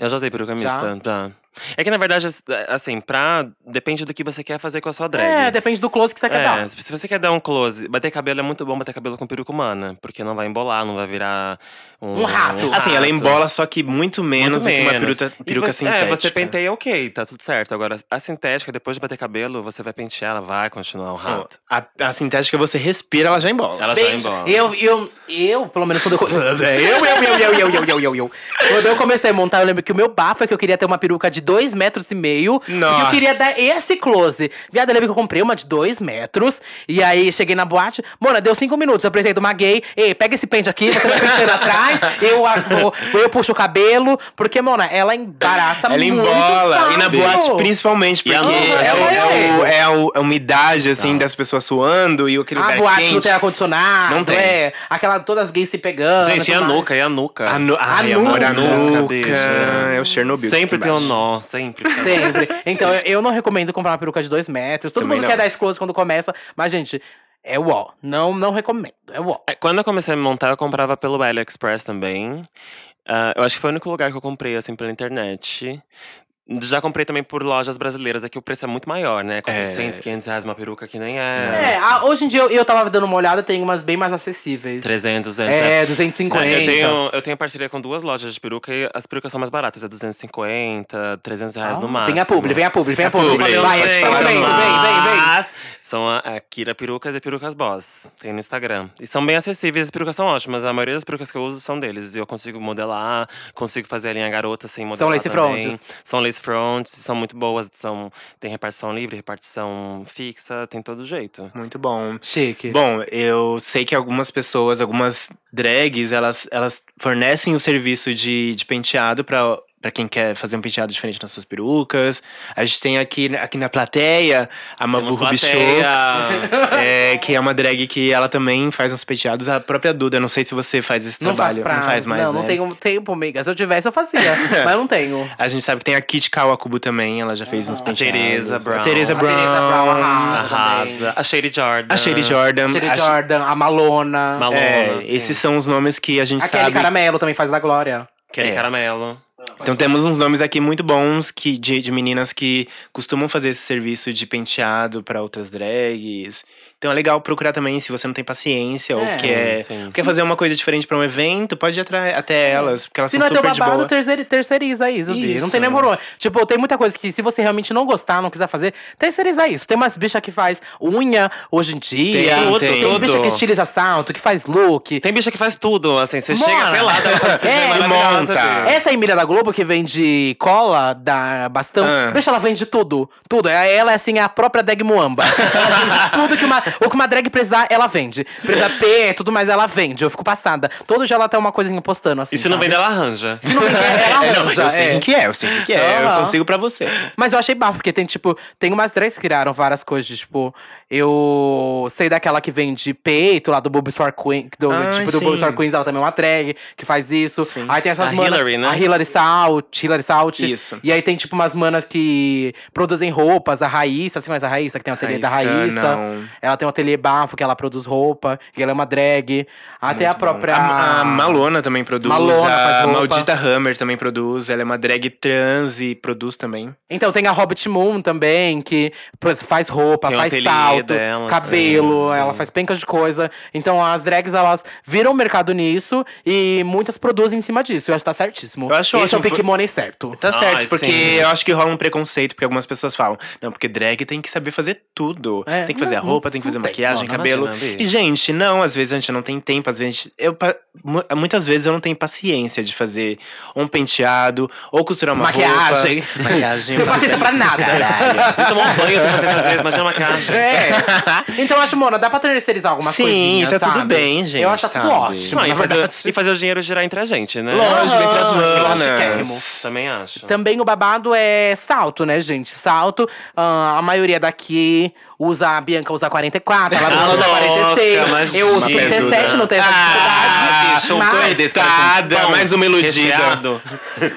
B: Eu já usei peruca mista, tá. É que na verdade, as- assim, pra. Depende do que você quer fazer com a sua drag.
C: É, depende do close que você quer
B: É,
A: tá
C: dar.
B: se você quer dar um close, bater cabelo é muito bom bater cabelo com peruca humana, porque não vai embolar, não vai virar um,
C: Um rato.
A: Assim, ela
B: rato.
A: embola, só que muito menos,
B: Muito
A: do que uma
B: menos.
A: peruca,
B: E
A: peruca
B: você,
A: sintética.
B: É, você penteia ok, tá tudo certo. Agora, a sintética, depois de bater cabelo, você vai pentear, ela vai continuar um
A: Não,
B: rato.
A: a, a sintética, você respira, ela já é embola.
B: Ela
C: Beijo.
B: já embola.
C: Eu, eu, eu, pelo menos quando eu. co- É, Eu, eu, eu, eu, eu, eu, eu, eu, eu. Quando eu comecei a montar, eu lembro que o meu bafo é que eu queria ter uma peruca de dois metros e meio. E eu
A: Nossa.
C: queria dar esse close. Viado, eu lembro que eu comprei uma de dois metros. E aí cheguei na boate. Mona, deu cinco minutos. Eu apresentei uma gay. Ei, pega esse pente aqui, você vai penteando atrás. Eu, a- eu, eu puxo o cabelo. Porque, Mona, ela embaraça
A: Ela
C: muito.
A: embola. E na
C: fácil.
A: boate, principalmente,
B: E
A: porque
B: a Tá. lua,
A: é, o-
C: ela
A: é, o- é o- é a umidade, assim, das pessoas suando e aquele
C: A
A: lugar
C: Ah, boate
A: quente.
C: não tem ar-condicionado.
A: Não tem. é
C: É, aquela, todas as gays se pegando.
B: Gente, e
C: tudo
B: a
C: mais.
B: nuca, e a nuca.
A: A, nu Ai,
C: A
A: amor, a
B: nuca,
A: nuca.
B: beijo.
A: É o Chernobyl.
B: sempre
A: aqui
B: tem um
A: embaixo.
B: nó, sempre.
C: Sempre. Então, eu- eu não recomendo comprar uma peruca de dois metros. Todo
A: Também
C: mundo
A: não.
C: quer dar esse close quando começa. Mas, gente, é uó. Não, não recomendo. É uó.
B: É, Quando eu comecei a me montar, eu comprava pelo AliExpress também. Ah, eu acho que foi o único lugar que eu comprei, assim, pela internet. Já comprei também por lojas brasileiras, é que o preço é muito maior, né? 400, 500 reais uma peruca que nem é.
C: É,
A: assim.
C: a- hoje em dia eu, eu tava dando uma olhada, tem umas bem mais acessíveis.
B: 300, 200. é.
C: É, 250.
B: Eu tenho, eu tenho parceria com duas lojas de peruca e as perucas são mais baratas, é 250, 300 reais no máximo.
C: Vem Ah, a publi, vem a publi, vem a publi.
A: publi,
C: Vai,
A: eu
C: esse foi
A: tenho,
C: o momento, vem, vem, vem.
B: Mas São a, a Kira Perucas e Perucas Boss. Tem no Instagram. E são bem acessíveis, as perucas são ótimas. A maioria das perucas que eu uso são deles. E eu consigo modelar, consigo fazer a linha garota sem modelar.
C: lace
B: também.
C: fronts.
B: São lace fronts, são muito boas. São, tem repartição livre, repartição fixa, tem todo jeito.
A: Muito bom.
C: Chique.
A: Bom, eu sei que algumas pessoas, algumas drags, elas, elas fornecem o serviço de, de penteado pra Pra quem quer fazer um penteado diferente nas suas perucas. A gente tem aqui, aqui na plateia a Mavu
B: Temos
A: Rubichox,
B: plateia.
A: é, que é uma drag que ela também faz uns penteados. A própria Duda, não sei se você faz esse
C: Não
A: trabalho.
C: faço pra.
A: Não faz mais,
C: Não,
A: né?
C: não tenho tempo, amiga. Se eu tivesse, eu fazia. mas eu não tenho.
A: A gente sabe que tem a Kit Kawakubo também, ela já fez uns
C: Ah,
A: penteados.
B: Teresa Brown.
A: A Teresa
B: A Teresa
A: Brown.
C: Brown arrasa.
B: Arrasa. A Shady Jordan.
A: A Sherry Jordan.
C: Shirley
A: a-
C: Jordan, a Malona.
B: Malona.
A: É,
B: sim.
A: esses são os nomes que a gente
C: Aquele
A: sabe.
C: caramelo também faz da Glória.
B: Kelly
A: É.
B: Caramelo.
A: Então temos uns nomes aqui muito bons que, de, de meninas que costumam fazer esse serviço de penteado pra outras drags. Então é legal procurar também se você não tem paciência
C: É,
A: ou quer,
B: sim,
A: quer fazer uma coisa diferente pra um evento, pode ir atra- até elas, porque elas
C: se
A: são
C: não é teu
A: super de
C: babado,
A: boa.
C: terceiri- terceiriza isso, Bi. Não
A: Isso.
C: tem nem morô. Tipo, tem muita coisa que se você realmente não gostar, não quiser fazer, terceiriza isso. Tem umas bichas que faz unha hoje em dia.
A: Tem,
B: Tudo,
A: tem.
B: tudo.
C: bicha que estiliza salto, que faz look.
B: Tem bicha que faz tudo, assim. Você
C: Mona.
B: chega pelada, ela faz
C: É,
B: é, maravilhosa.
A: monta.
B: Bi.
C: Essa Emília da Globo que vende cola da bastão,
A: Ah.
C: bicha, ela vende tudo. Tudo. É- Ela é assim, é a própria drag Muamba. Ela vende tudo que uma, o que uma drag precisar, ela vende. Precisa P, tudo mais, ela vende. Eu fico passada. Todo dia ela tem uma coisinha postando assim.
B: E se não
C: sabe?
B: vender, ela arranja.
C: Se não vender, ela
A: É, não, mas
C: arranja,
A: eu sei
C: é.
A: quem que é, eu sei quem que é, eu
C: Aham.
A: consigo pra você.
C: Mas eu achei bafo, porque tem, tipo, tem umas três que criaram várias coisas, de, tipo, eu sei daquela que vende peito lá do Boobs for Queen, do,
A: Ah,
C: tipo, do
A: sim.
C: Boobs for Queens, ela também é uma drag que faz isso. Aí tem essas
B: A
C: manas.
B: Hillary, né?
C: A Hillary Salt, Hillary Salt.
A: Isso.
C: E aí tem, tipo, umas manas que produzem roupas, a Raíssa, assim, mas a Raíssa, que tem o ateliê da
A: Raíssa,
C: Raíssa.
A: não.
C: Ela tem um ateliê bafo, que ela produz roupa, e ela é uma drag. Até a própria.
A: A, a Malona também produz.
C: Malona faz
A: a
C: roupa.
A: Maldita Hammer também produz. Ela é uma drag trans e produz também.
C: Então, tem a Hobbit Moon também, que pô, faz roupa,
A: um
B: Tem o
C: faz
B: ateliê
C: salto,
A: é,
B: dela, assim.
C: cabelo,
B: sim, sim.
C: ela faz pencas de coisa. Então, as drags, elas viram mercado nisso e muitas produzem em cima disso. Eu acho que tá certíssimo.
A: Eu acho
C: Esse é o
A: ótimo,
C: pick
A: por-
C: money certo.
A: Tá
B: Ai,
A: certo, porque
B: sim.
A: eu acho que rola um preconceito, porque algumas pessoas falam, não, porque drag tem que saber fazer tudo.
C: É,
A: tem que fazer a
C: não,
A: roupa, tem que
C: não
A: fazer
C: tem.
A: maquiagem,
B: Não, não
A: cabelo.
B: imagina, Bi.
A: e, gente, não, às vezes a gente não tem tempo, às vezes. a gente- Eu, pa- mu- muitas vezes eu não tenho paciência de fazer um penteado, ou costurar é uma
C: Maquiagem.
A: roupa. Maquiagem.
C: Não tenho paciência pra nada.
A: Caralho.
B: E tomar um banho, eu tô fazendo às vezes, imagina uma caixa.
C: É. Então, eu acho, Mona, dá pra terceirizar algumas
A: Sim,
C: coisinhas,
A: tá tudo
C: sabe?
A: bem, gente,
C: Eu acho que tá tudo
A: sabe?
C: ótimo,
B: Não,
C: na
B: e, fazer,
C: verdade.
B: e fazer o dinheiro girar entre a gente, né?
A: Lógico, entre as
C: Eu acho
A: manas.
C: que
B: Também acho.
C: Também o babado é salto, né, gente? Salto. ah, a maioria daqui usa. A Bianca usa 44, a Larissa
B: Ah,
C: usa
B: louca,
C: 46. eu uso
B: imagina.
C: 37, não tem essa
A: é Ah,
C: dificuldade.
A: bicho,
C: mas,
A: coitada,
B: Pão
A: mais uma iludida.
B: recheado.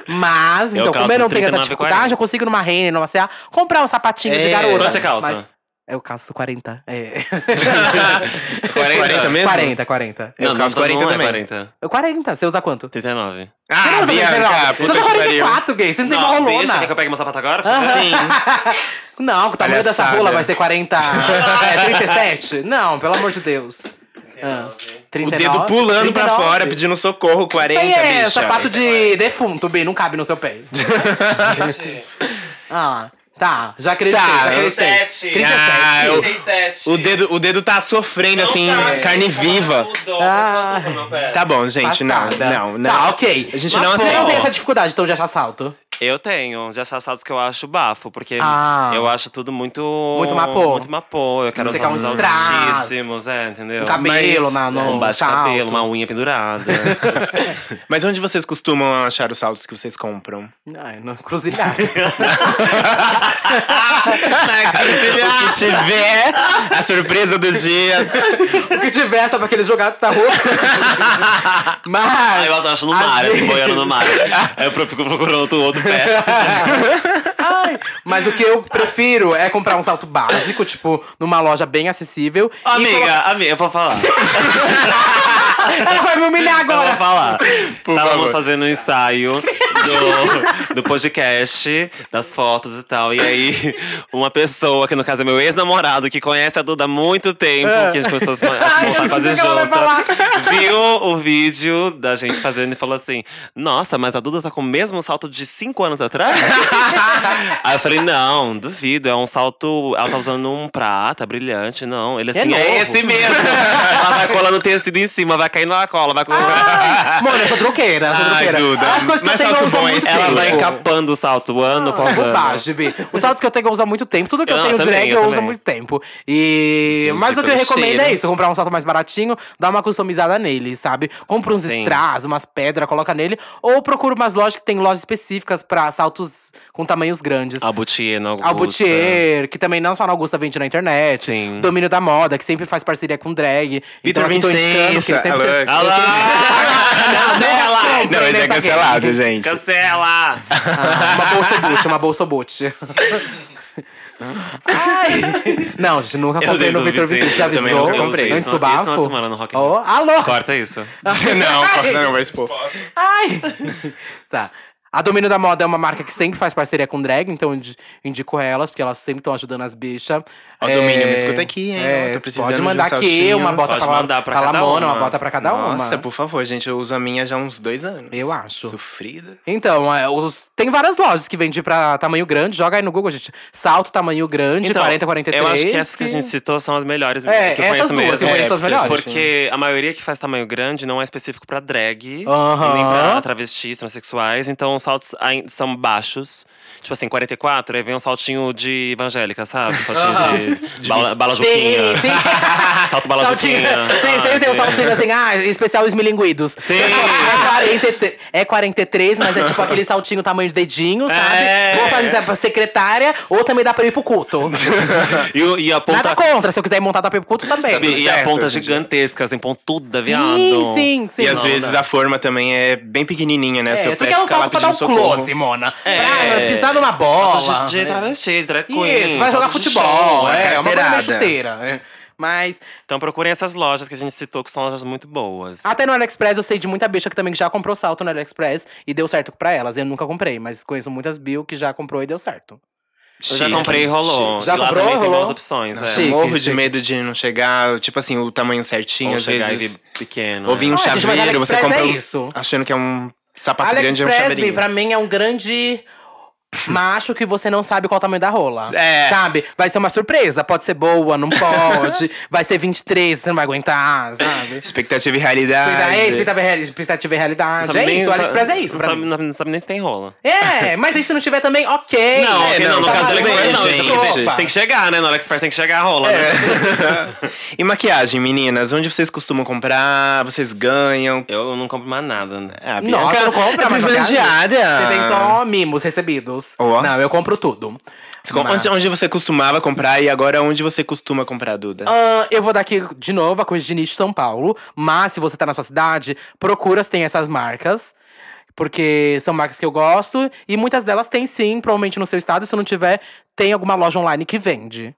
C: mas, então,
B: calço
C: como eu não tenho essa
B: 39,
C: dificuldade,
B: 40.
C: eu consigo ir numa Renner, numa CA, comprar um sapatinho de
A: É.
C: garota.
B: Quanto você calça?
C: Mas eu calço 40. É.
B: 40?
A: 40 mesmo?
C: 40, 40.
A: Eu calço
B: então
A: 40
B: não é
A: também.
B: 40.
C: Eu 40, você usa quanto?
B: 39.
A: Ah,
C: você usa
A: Bianca,
C: 39.
A: puta
C: Você tá
A: que
C: usa
A: pariu.
C: 44, gay. Você não Ah. tem uma
B: não,
C: rolona.
B: deixa, quer que eu pegue meu sapato agora?
C: Não, o tamanho dessa
A: Palhaçada.
C: rola vai ser 40. é, 37? Não, pelo amor de Deus. Ah,
A: O dedo pulando pra
C: 39.
A: fora, pedindo socorro, 40,
C: Isso aí é
A: bicha.
C: sapato de defunto, Bi, não cabe no seu pé. ah, tá, já acreditei,
A: Tá,
C: já acreditei.
B: 37.
C: 37.
A: Ah, eu-
B: 37.
A: O dedo, o dedo tá sofrendo, assim, carne viva.
C: Ah.
A: Tá bom, gente, não,
C: Passada.
A: não, não.
C: Tá, ok.
A: A gente
B: Mas
A: não
B: pô,
C: Você
A: aceita.
C: não tem essa dificuldade, então, de achar salto?
B: Eu tenho, já assados que eu acho bafo, porque
C: Ah.
B: eu acho tudo muito. Muito
C: mapô.
B: Muito mapô. Eu quero
C: Você
B: usar
C: quer
B: uns
C: um strass.
B: altíssimos, é, entendeu?
C: Um cabelo na- no Né,
B: um baixo
C: salto.
B: cabelo, uma unha pendurada.
A: Mas onde vocês costumam achar os saltos que vocês compram?
C: Ai, não, cruzilhada.
A: o que
B: é
A: tiver, a surpresa do dia.
C: o que tiver, sabe aqueles jogados da rua. Mas...
B: Aí eu acho- acho no
C: às
B: mar, assim,
C: vezes-
B: boiando no mar. Aí eu fico procurando outro, outro pé.
C: Ai, mas o que eu prefiro é comprar um salto básico, tipo, numa loja bem acessível. e
B: Amiga, amiga, eu vou falar.
C: colocar- Ela vai me humilhar
B: Eu vou
C: agora!
B: falar. Estávamos
A: favor.
B: fazendo um ensaio do, do podcast, das fotos e tal. E aí, uma pessoa, que no caso é meu ex-namorado, que conhece a Duda há muito tempo,
C: Ah.
B: que a gente começou a se ma- a se
C: Ai,
B: montar
C: eu
B: e fazer
C: sei o que ela vai
B: junta, viu o vídeo da gente fazendo e falou assim: Nossa, mas a Duda tá com o mesmo salto de cinco anos atrás? aí eu falei: Não, duvido. É um salto. Ela tá usando um prata brilhante. Não, ele assim, é,
C: novo."
B: esse mesmo. ela vai colando tecido em cima, vai caindo na cola, vai colando.
C: Ai, Mona, mano, eu sou troqueira. Eu sou
A: Ai,
C: troqueira.
A: Duda,
C: As coisas que eu
A: mas
C: tenho eu
A: salto
C: uso há
A: bom é
C: muito
A: esse
B: Ela vai
C: tempo.
B: encapando o salto ano
C: Ah,
B: após ano.
C: bobagem, Bi. Os saltos que eu tenho eu uso há muito tempo. Tudo que eu
B: Ah,
C: tenho
B: também,
C: drag
B: eu
C: eu, uso há
B: também.
C: muito tempo. E...
A: Entendi,
C: Mas o que eu
A: pelo
C: recomendo
A: cheiro.
C: é isso. Comprar um salto mais baratinho, dar uma customizada nele, sabe? Compra uns
B: Sim.
C: strass, umas pedras, coloca nele. Ou procura umas lojas que tem lojas específicas pra saltos com tamanhos grandes.
B: Albutier, não é. Augusta.
C: Albutier, que também não só na Augusta vende na internet.
B: Sim.
C: Domínio da Moda, que sempre faz parceria com drag.
A: Vitor
C: Então aqui tô indicando que ele
A: Vicença,
C: sempre
A: alô.
C: tem-
B: Ah lá! Cancela!
A: Não, esse é cancelado, gente.
B: Cancela!
C: Ah, uma bolsa boot, uma bolsa boot. Ai. Não, gente, nunca
B: Eu usei
C: comprei no
B: do
C: Vitor
B: Vicente,
C: Vicente, já
A: eu também
C: avisou.
A: nunca comprei.
C: Antes do
B: Isso na- isso na
C: bafo. Oh.
B: semana no Rock in
C: Ó,
B: Rio.
C: alô!
B: Corta isso.
A: Não, corta, não, vai expor.
C: Ai! tá. A Domínio da Moda é uma marca que sempre faz parceria com drag, então eu indi- indico elas, porque elas sempre estão ajudando as bichas.
A: Ó, Domínio, me escuta aqui, hein? Eu tô precisando
C: É,
A: de
C: Pode
A: um uns
C: mandar aqui
A: saltinhos.
C: uma bota
B: Pode
C: pra,
B: mandar pra
C: pra
B: cada
C: Lamona,
B: uma.
C: uma bota pra cada uma.
A: Nossa, por favor, gente, eu uso a minha já há uns dois anos.
C: Eu acho.
A: Sofrida.
C: Então, é, os- tem várias lojas que vendem pra tamanho grande. Joga aí no Google, gente. Salto tamanho grande, 40, 43.
B: Então, Eu acho que essas que a gente citou são as melhores
C: É,
B: que eu
C: essas
B: conheço
C: duas,
B: mesmo.
C: eu conheço
A: as
B: porque-
C: melhores.
B: Porque a maioria que faz tamanho grande não é específico pra drag,
C: Aham.
B: nem pra travestis, transexuais. Então os saltos ainda são baixos. Tipo assim, 44, aí vem um saltinho de evangélica, sabe? Um Saltinho de, bala, bala juquinha.
C: Sim, sim.
B: Salto bala juquinha.
C: Sim, sempre tem um saltinho assim, ah, especial esmilinguidos. Sim. É 43, é 43, mas é tipo aquele saltinho tamanho de dedinho, sabe?
B: É.
C: Ou fazer pra secretária, ou também dá pra ir pro culto.
B: E, o- e a ponta.
C: Nada contra, se eu quiser montar, dá pra ir pro culto também.
B: E, e a
A: certo,
B: ponta
A: hoje em dia.
B: gigantesca, assim, pontuda, viado.
C: Sim, sim, sim.
A: e às
B: não,
A: vezes
B: não.
A: a forma também é bem pequenininha, né?
C: É,
A: Seu
C: tu
A: pé
C: quer um
A: fica lá
C: salto pra dar um
A: pedindo socorro.
C: close, Mona. Pra
B: É.
C: pisar numa bola.
A: um
B: Salto de, de travesti, de drag queen.
C: né? Isso, vai jogar
B: salto de
C: futebol.
B: show,
C: É, é uma coisa meio
A: carteirada.
C: chuteira. é. Mas
B: Então procurem essas lojas que a gente citou, que são lojas muito boas.
C: até no AliExpress eu sei de muita bicha que também já comprou salto no AliExpress e deu certo pra elas. Eu nunca comprei, mas conheço muitas Bill que já comprou e deu certo.
B: Eu já
A: Chique,
B: comprei e rolou.
A: chique.
C: Já
B: e lá
C: comprou,
B: também tem
C: rolou?
B: boas opções.
A: Nossa,
B: é.
C: Chique,
A: morro de
C: chique.
A: medo de não chegar, tipo assim, o tamanho certinho,
B: Ou
A: às
B: chegar e
A: vezes.
B: vir pequeno. é.
A: Ou vir
C: Ah,
A: um
C: gente, mas
A: chaveiro, você
C: AliExpress
A: compra
C: é
A: um-
C: isso.
A: achando que é um sapato grande, é um
C: AliExpress, Bi,
A: chaveirinho.
C: pra mim é um grande macho que você não sabe qual o tamanho da rola.
A: É.
C: Sabe? Vai ser uma surpresa. Pode ser boa, não pode. vai ser 23, você não vai aguentar, sabe?
A: Expectativa e realidade.
C: Cuidar, é, expectativa e reali- expectativa e
B: Não
C: realidade.
B: sabe
C: É
B: nem-
C: isso, o AliExpress é isso
B: não
C: pra
B: sabe,
C: mim.
B: Não, não sabe nem se tem rola.
C: É, mas aí se não tiver também, ok.
B: Não,
A: é,
B: ok,
A: não,
B: não, no
A: tá
B: caso do
A: tudo
B: AliExpress
A: bem,
B: não.
A: gente.
B: tem que-
C: Opa.
B: Tem que chegar, né? No AliExpress tem que chegar a rola, né?
A: e maquiagem, meninas? Onde vocês costumam comprar? Vocês ganham?
B: Eu não compro mais nada, né?
A: Ah,
C: Nossa, não compra
A: é
C: mais
A: privilegiada.
C: Você tem só um. mimos recebidos.
A: Ó.
C: Não, eu compro tudo.
A: Você com-
C: Mas-
A: Onde, onde você costumava comprar e agora onde você costuma comprar, Duda?
C: Ah, eu vou dar aqui de novo a coisa de nicho São Paulo. Mas se você tá na sua cidade, procura se tem essas marcas. Porque são marcas que eu gosto. E muitas delas tem sim, provavelmente no seu estado. Se não tiver, tem alguma loja online que vende.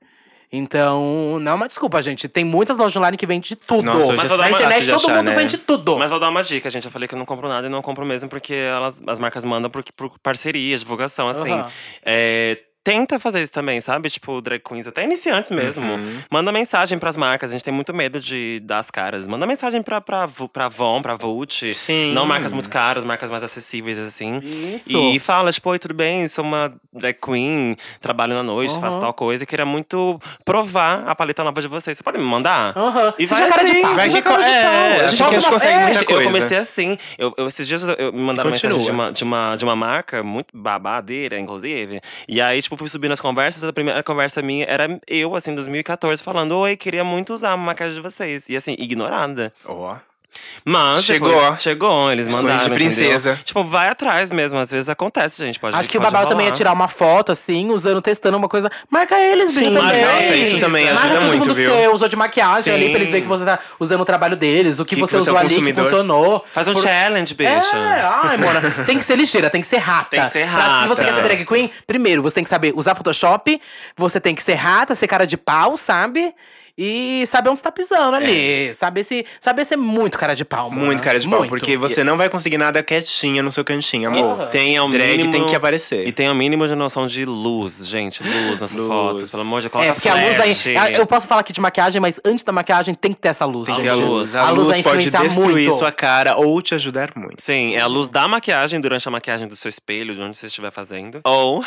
C: Então, não é uma desculpa, gente. Tem muitas lojas online que vendem de tudo.
A: Nossa, hoje
B: é
C: na
B: fácil
C: internet
A: de
C: todo
A: achar,
C: mundo
A: né?
C: vende tudo.
B: Mas vou dar uma dica, gente. Eu falei que eu não compro nada e não compro mesmo, porque elas, as marcas mandam por, por parceria, divulgação, assim.
C: Aham.
B: É, tenta fazer isso também, sabe? Tipo, drag queens, até iniciantes mesmo.
A: Uhum.
B: Manda mensagem pras marcas. A gente tem muito medo de dar as caras. Manda mensagem pra, pra, Vu- pra Von, pra Vult.
A: Sim.
B: Não marcas muito caras, marcas mais acessíveis, assim.
C: Isso.
B: E fala, tipo, oi, tudo bem? Sou uma drag queen, trabalho na noite,
C: Aham.
B: faço tal coisa. E queria muito provar a paleta nova de vocês. Você pode me mandar?
C: Aham.
B: E
C: Seja
B: vai
C: cara de
B: assim,
C: pau.
A: vai
C: Seja
A: que
C: cara
A: co-
C: de
A: é,
C: pau.
A: é,
B: A
A: acho
B: gente
A: que a
C: Solta
A: gente
C: uma-
A: consegue
C: é,
A: muita
B: Eu
A: coisa.
B: comecei assim. Eu, eu- esses dias eu- eu me mandaram
A: Continua.
B: mensagem de uma, de, uma, de uma marca, muito babadeira, inclusive. E aí, tipo, fui subindo as conversas. A primeira conversa minha era eu, assim, em 2014, falando: Oi, queria muito usar a maquiagem de vocês. E assim, ignorada.
A: Ó.
B: Mas
A: Chegou.
B: depois chegou, eles
A: Sonho
B: mandaram.
A: de
B: entendeu?
A: princesa.
B: Tipo, vai atrás mesmo. Às vezes acontece, gente. Pode
C: Acho que o
B: pode
C: Babau também ia
B: rolar.
C: tirar uma foto, assim, usando, testando uma coisa. Marca eles,
B: Sim,
C: Sim, também.
B: marca,
A: nossa, isso também
C: Marca
A: ajuda
C: todo
A: muito,
C: mundo que
A: viu?
C: você usou de maquiagem ali,
B: Sim.
C: pra eles verem que você tá usando o trabalho deles, o que,
A: Que
C: você
A: você é o
C: usou ali, que
A: consumidor.
C: funcionou.
B: Faz um
C: Por-
B: challenge,
C: É,
B: bicha.
C: ai, mona. Tem que ser ligeira, tem que ser rata.
B: Tem que ser
C: Pra- se você
B: rata.
C: quer ser drag queen, primeiro você tem que saber usar Photoshop, você tem que ser rata, ser cara de pau, sabe? E saber onde você tá pisando ali. Saber, se, saber ser muito cara de pau, mona.
A: É. Muito cara de pau,
C: Né? Muito.
A: porque você não vai conseguir nada quietinha no seu cantinho, amor.
C: Porra.
B: Tem ao
A: Drag
B: mínimo,
A: tem que aparecer.
B: E tem ao mínimo de noção de luz, gente. Luz nessas
A: Luz.
B: fotos. Pelo amor de Deus, coloca
C: É, porque a luz
B: flash.
C: aí. a- Eu posso falar aqui de maquiagem, mas antes da maquiagem tem que ter essa luz.
B: Tem que
C: gente.
B: ter a luz.
A: A luz,
C: vai
A: pode
C: influenciar
A: destruir
C: muito.
A: sua cara ou te ajudar muito.
B: Sim, é a luz da maquiagem durante a maquiagem do seu espelho, de onde você estiver fazendo. Ou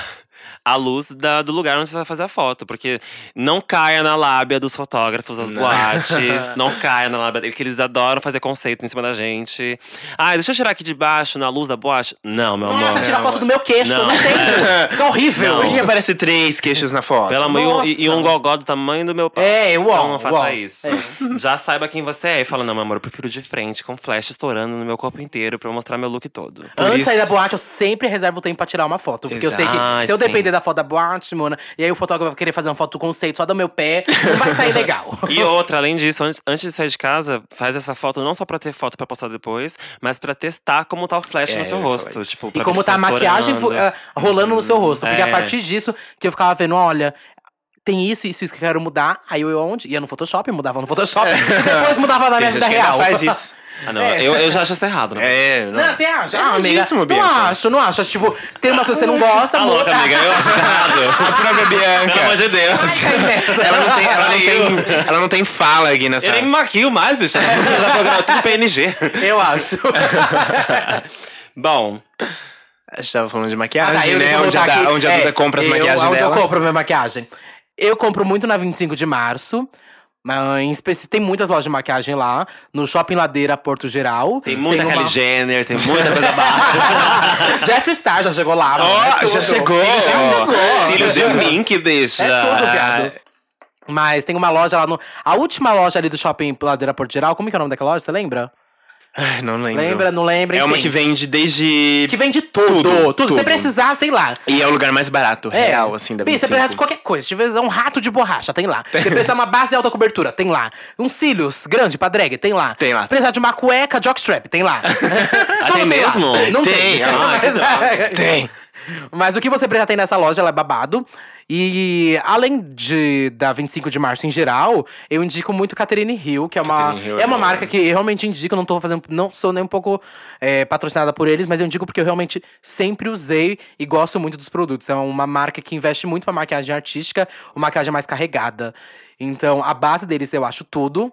B: a luz da- do lugar onde você vai fazer a foto. Porque não caia na lábia dos fotógrafos, das
A: Não.
B: boates. não caia na lábia. Porque eles adoram fazer conceito em cima da gente. Ah, deixa eu tirar aqui de baixo, na luz da boate. Não, meu amor.
C: Nossa, tira foto do meu queixo, não,
B: Não.
C: tem. Fica horrível.
A: Por que aparece três queixos na foto?
B: Pelo amor e um- e, e um
C: Nossa.
B: gogó do tamanho do meu pau.
C: É, uau,
B: Então não faça
C: uau.
B: isso. Já saiba quem você é. E fala, não, meu amor, eu prefiro de frente, com flash estourando no meu corpo inteiro pra eu mostrar meu look todo.
A: Por
C: Antes de sair da
A: isso-
C: boate, eu sempre reservo o tempo pra tirar uma foto. Porque eu sei que
B: Exato.
C: se eu
B: Ai, sim.
C: depender da foto da boate, mano, e aí o fotógrafo vai querer fazer uma foto do conceito só do meu pé, não vai sair legal.
B: E outra, além disso, antes, antes de sair de casa, faz essa foto não só pra ter foto pra postar depois, mas pra testar como tá o flash
A: É,
B: no seu
A: eu ia falar
B: rosto.
A: isso.
B: Tipo,
C: E
B: pra ver
C: como
B: se
C: tá a maquiagem vo-
B: estourando.
C: ah, rolando no seu
A: Uhum.
C: rosto. Porque a
B: é.
C: partir disso que eu ficava vendo, olha. Tem isso, isso, isso que eu quero mudar. Aí eu ia onde? Ia no Photoshop, mudava no Photoshop. e depois mudava na
A: É. Tem
C: minha
A: gente
C: vida
A: que ainda
C: real.
A: faz isso.
B: Ah, não,
C: É.
B: eu, eu já acho isso errado. né? Não.
A: É, não.
C: Não, você acha? Ah, amiga,
A: Erradíssimo,
C: não
A: Bianca.
C: acho, não acho. Tipo, tem uma coisa que você não gosta,
B: Tá
C: muda.
B: louca, amiga, eu acho errado.
A: A própria
B: Pelo
A: Bianca.
B: amor de Deus.
C: É, Ai, nessa.
A: Ela não, tem, ela, não
B: Caiu.
A: tem, ela não tem fala aqui nessa. tá
B: Ele nem me maquio mais, bicho. Já programa tudo PNG.
C: Eu acho.
B: Bom,
A: A gente tava falando de
C: Ah,
A: maquiagem,
C: tá, eu
A: né?
C: vou
A: Onde a,
C: botar
A: da-
C: aqui.
A: onde a Duda
C: É,
A: compra as
C: eu-
A: maquiagens
C: onde
A: dela.
C: eu compro minha maquiagem. Eu compro muito na 25 de março. Mas em especi- tem muitas lojas de maquiagem lá. No Shopping Ladeira, Porto Geral.
B: tem muita
C: uma-
B: Kylie Jenner, tem muita coisa barra.
C: Jeff Star já chegou lá. mano, é
A: Ó, já
C: tudo. um
A: chegou!
B: Filho
A: Filhos
B: de
A: de um mim.
B: Mink, bicha.
C: É tudo, viado. Mas tem uma loja lá no... A última loja ali do Shopping Ladeira, Porto Geral. Como que é o nome daquela loja? Você lembra?
A: Ai, não lembro.
C: Lembra, não lembra,
A: É uma
C: enfim.
A: que vende desde...
C: Que vende tudo. Tudo.
A: Tudo,
C: Se você
A: tudo.
C: precisar, sei lá.
A: E é o lugar mais barato, real, assim, da
C: Bi, Você
A: 25.
C: é precisa de qualquer coisa. Se tiver um rato de borracha, tem lá. Se precisar uma base de alta cobertura, tem lá. Uns cílios grande pra drag, tem lá.
A: Tem lá.
C: Precisar de uma cueca jockstrap, tem lá. Tudo
B: tem
C: lá.
B: mesmo?
C: Não tem.
A: Tem, ah,
B: que
C: Mas-
A: Tem!
C: Mas o que você precisa tem nessa loja, ela é babado. E além de da 25 de março em geral, eu indico muito Catherine Hill, que é uma,
A: Catherine Hill
C: é
A: é
C: uma
A: boa,
C: marca
A: né?
C: que eu realmente indico, não tô fazendo, não sou nem um pouco é, patrocinada por eles, mas eu indico porque eu realmente sempre usei e gosto muito dos produtos. É uma marca que investe muito pra maquiagem artística, uma maquiagem mais carregada. Então, a base deles eu acho tudo.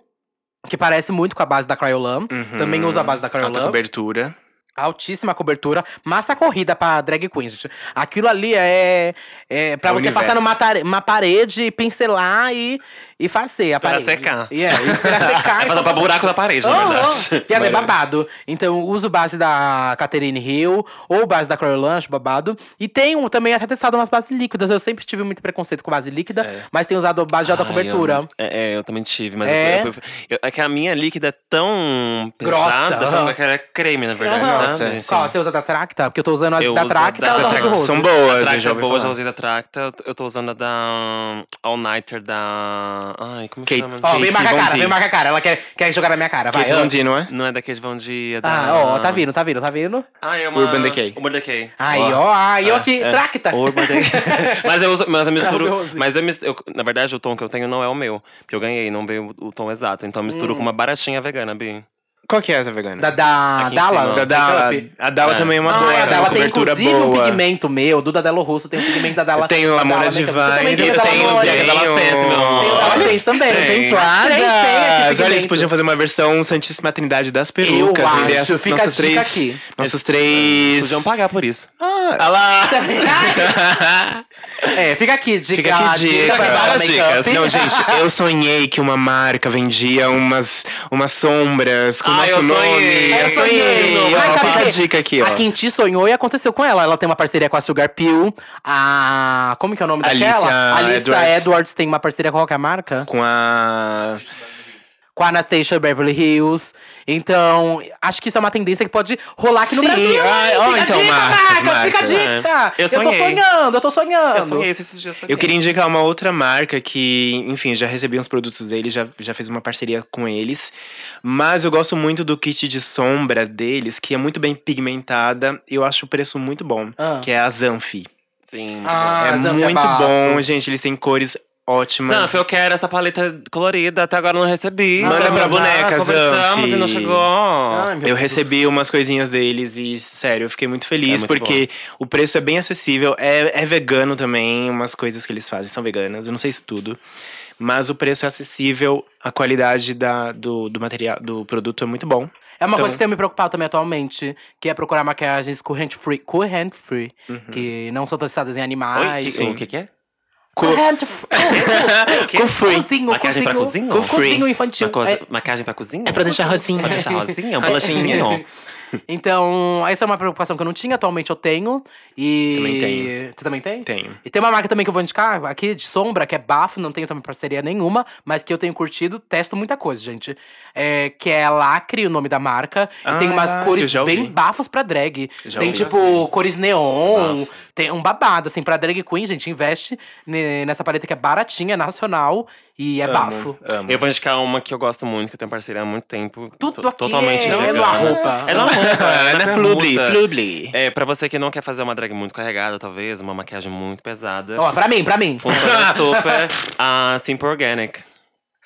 C: Que parece muito com a base da Cryolan.
A: Uhum.
C: Também usa a base da Cryolan.
A: Alta cobertura.
C: Altíssima cobertura, massa corrida pra drag queen, gente. Aquilo ali é, é pra
A: É o
C: você
A: universo.
C: passar numa tare- uma parede, pincelar e, e fazer a
B: Esperar
C: parede.
B: secar.
C: E É, e esperar
B: Vai
C: secar. e só Oh,
B: passar pra buraco da parede, na
C: Aham.
B: verdade.
C: E ela é babado. Então, uso base da Catherine Hill ou base da Cryo Lunch, babado. E tenho também até testado umas bases líquidas. Eu sempre tive muito preconceito com base líquida, mas tenho usado base de alta
B: É. Ai,
C: cobertura.
B: eu- é, é, eu também tive, mas
C: É?
B: eu, eu, eu- é que a minha líquida é tão
C: Grossa,
B: pesada,
C: aham.
B: tão, que ela é creme, na verdade,
C: Aham. é.
B: sabe?
A: Nossa,
C: Qual? Você usa da Tracta? Porque eu tô usando as
B: Eu
C: da
B: uso
C: Tracta
B: das
C: e da
B: Tracta,
C: Rosa
B: que
C: Rose.
A: são
B: A
A: boas, eu
B: Tracta
A: já
B: é
A: ouvi
B: boa, já
A: falar.
B: usei da Tracta. eu tô- Eu tô usando a da hum, All Nighter da. Ai, como é
A: Kate-
B: que chama?
C: Ó, vem
A: Kate
C: marcar a cara,
A: Von D.
C: vem marcar a cara. Ela quer, quer jogar na minha cara, vai.
A: Kate
C: ó.
A: Von D, não é?
B: Não é da Kate Von D, é da.
C: Ah, ó, tá vindo, tá vindo, tá vindo.
B: Ah, é uma...
A: Urban Decay.
B: Urban Decay.
C: Aí, ó, aí, ó, aqui,
A: é.
C: tracta.
B: Urban Decay. mas eu uso, mas eu
C: Tá,
B: misturo.
C: meu
B: mas eu, mis- eu- na verdade, o tom que eu tenho não é o meu. Porque eu ganhei, não veio o tom exato. Então eu misturo
C: Hum.
B: com uma baratinha vegana, Bi.
A: Qual que é essa vegana?
C: Da, da
B: Aqui em
C: Dala.
B: cima, ó.
A: Da Dala. A Dala
B: É.
A: também é uma
C: Ah,
A: boa,
C: a
A: tem
C: Dala
A: uma
C: tem
A: cobertura
C: inclusive um
A: boa.
C: pigmento meu, do Dadelo Russo, tem um pigmento da Dala.
A: Tem
C: da
A: Lamona
C: Dala Makeup. Você também
A: Divine,
C: tem
A: tem
C: o
A: o
C: da Lamona.
B: tem
C: Tem
B: Della Fence, meu amor.
C: o Dala Fence também.
B: tem
C: Tem as
A: Pradas!
C: três, tem aqui
A: Olha, eles
C: pigmento.
A: podiam fazer uma versão Santíssima Trindade das perucas.
C: Eu
A: vender
C: acho,
A: as-
C: fica a
A: nossas
C: dica
A: três,
C: aqui.
A: Nossas três...
B: Podiam pagar por isso.
A: Ah lá!
C: É, fica aqui, dica.
A: Fica aqui dica.
C: da Dala
B: Várias
C: Makeup.
B: dicas.
A: Não, gente, eu sonhei que uma marca vendia umas, umas sombras com o
B: Ah,
A: nosso
B: eu
A: nome.
B: sonhei.
A: Eu
B: Eu
A: sonhei!
B: sonhei.
A: É Ó,
C: Mas
A: fica
C: sabe o
A: a
C: quê?
A: dica aqui, ó.
C: A Quinti sonhou e aconteceu com ela. Ela tem uma parceria com a Sugar Pill. A. Como que é o nome
A: Alicia
C: daquela? Edwards.
A: Edwards.
C: Edwards tem uma parceria com qualquer marca?
A: Com a...
C: com a Anastasia Beverly Hills. Então, acho que isso é uma tendência que pode rolar aqui no
A: Sim,
C: Brasil.
A: ai,
C: hein?
A: ó,
C: fica
A: então,
C: a dica,
A: marcas,
C: fica a
A: marcas.
C: dica.
B: É. Eu
C: tô
B: sonhei.
C: sonhando, eu tô sonhando.
B: Eu sonhei isso esses dias também.
A: Eu queria indicar uma outra marca que, enfim, já recebi uns produtos deles, já, já fiz uma parceria com eles. Mas eu gosto muito do kit de sombra deles, que é muito bem pigmentada. e Eu acho o preço muito bom,
C: Ah.
A: que é a Zanfi.
B: Sim. muito
C: Ah,
A: é
C: a Zanf é
A: muito
C: bafo.
A: bom, gente. Eles têm cores ótimas.
B: Zanf, eu quero essa paleta colorida, até agora eu não recebi.
A: Manda
B: Então,
A: pra
B: já
A: boneca,
B: Conversamos
A: Zanf.
B: e não chegou.
C: Ai, meu
A: Eu
C: Deus.
A: recebi umas coisinhas deles e, sério, eu fiquei muito feliz,
B: É muito
A: porque o preço é bem acessível, é, é vegano também, umas coisas que eles fazem são veganas, eu não sei se tudo. Mas o preço é acessível, a qualidade da, do, do material, do produto é muito bom.
C: É uma
A: Então-
C: coisa que tenho me preocupado também atualmente, que é procurar maquiagens current free, current free,
A: Uhum.
C: que não são testadas em
B: Oi,
C: animais.
B: que-
A: sim.
B: o que, que é?
A: Co-
C: Current free.
A: Com free.
C: Cozinho,
B: Maquiagem pra
C: cozinho.
B: cozinho?
C: Cozinho infantil.
B: Uma coisa-
C: É,
B: Maquiagem pra cozinha?
A: É pra deixar rosinha.
B: Pra deixar rosinha, um
C: Assim,
A: Rosinha.
B: blushzinho.
C: é. Então, essa é uma preocupação que eu não tinha, atualmente eu tenho. E.
A: Também tenho.
C: Você também tem?
A: Tenho.
C: E tem uma marca também que eu vou indicar aqui, de sombra, que é bafo, não tenho também parceria nenhuma, mas que eu tenho curtido, testo muita coisa, gente. É, que é Lacre, o nome da marca. E
A: Ah,
C: tem umas
A: eu
C: cores
A: já ouvi.
C: bem bafos pra drag.
A: Já
C: tem,
A: ouvi.
C: tipo,
B: Já
C: cores neon,
B: Bafo.
C: tem um babado, assim, pra drag queen, gente, investe ne- nessa paleta que é baratinha, nacional e é bafo.
A: Amo.
B: Eu vou indicar uma que eu gosto muito, que eu tenho parceria há muito tempo.
C: Tudo
B: to-
C: aqui
B: totalmente
C: é- é
B: vegana.
C: na roupa.
B: É na roupa, é na
A: Ana Plubli,
B: permuta.
A: Plubli.
B: É, pra você que não quer fazer uma drag muito carregada, talvez, uma maquiagem muito pesada,
C: Ó, pra mim, pra mim.
B: funciona super a Simple Organic.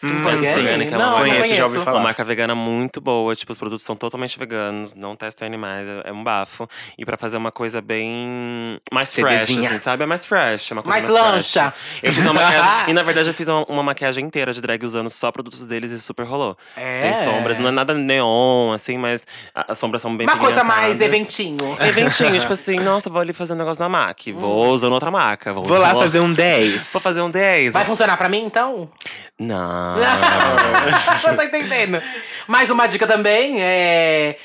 A: Hum,
B: Conhece
A: sim.
B: Simple Organic? É
C: Não,
B: uma, marca-
A: conheço, já ouvi
C: conheço.
B: uma
A: falar.
B: marca vegana muito boa. Tipo, os produtos são totalmente veganos, não testam animais, é- é um bafo. E pra fazer uma coisa bem mais fresh,
A: CDzinha.
B: assim, sabe? É mais fresh, é uma coisa
C: Mais
B: mais,
C: lancha.
B: fresh. Eu fiz uma maquiagem, e na verdade eu fiz uma, uma maquiagem inteira de drag usando só produtos deles e super rolou.
C: É.
B: Tem sombras, não é nada neon, assim, mas a- as sombras são bem
C: Uma coisa mais
B: pigmentadas.
A: É,
C: eventinho.
B: Eventinho, tipo assim, nossa, vou ali fazer um negócio na
C: Hum.
B: MAC. Vou usando outra marca. Vou,
A: Vou lá
B: vou-
A: fazer um 10.
B: Vou fazer um 10.
C: Vai
B: vou-
C: funcionar pra mim, então?
B: Não.
A: Ah.
C: Não tô entendendo. Mais uma dica também é.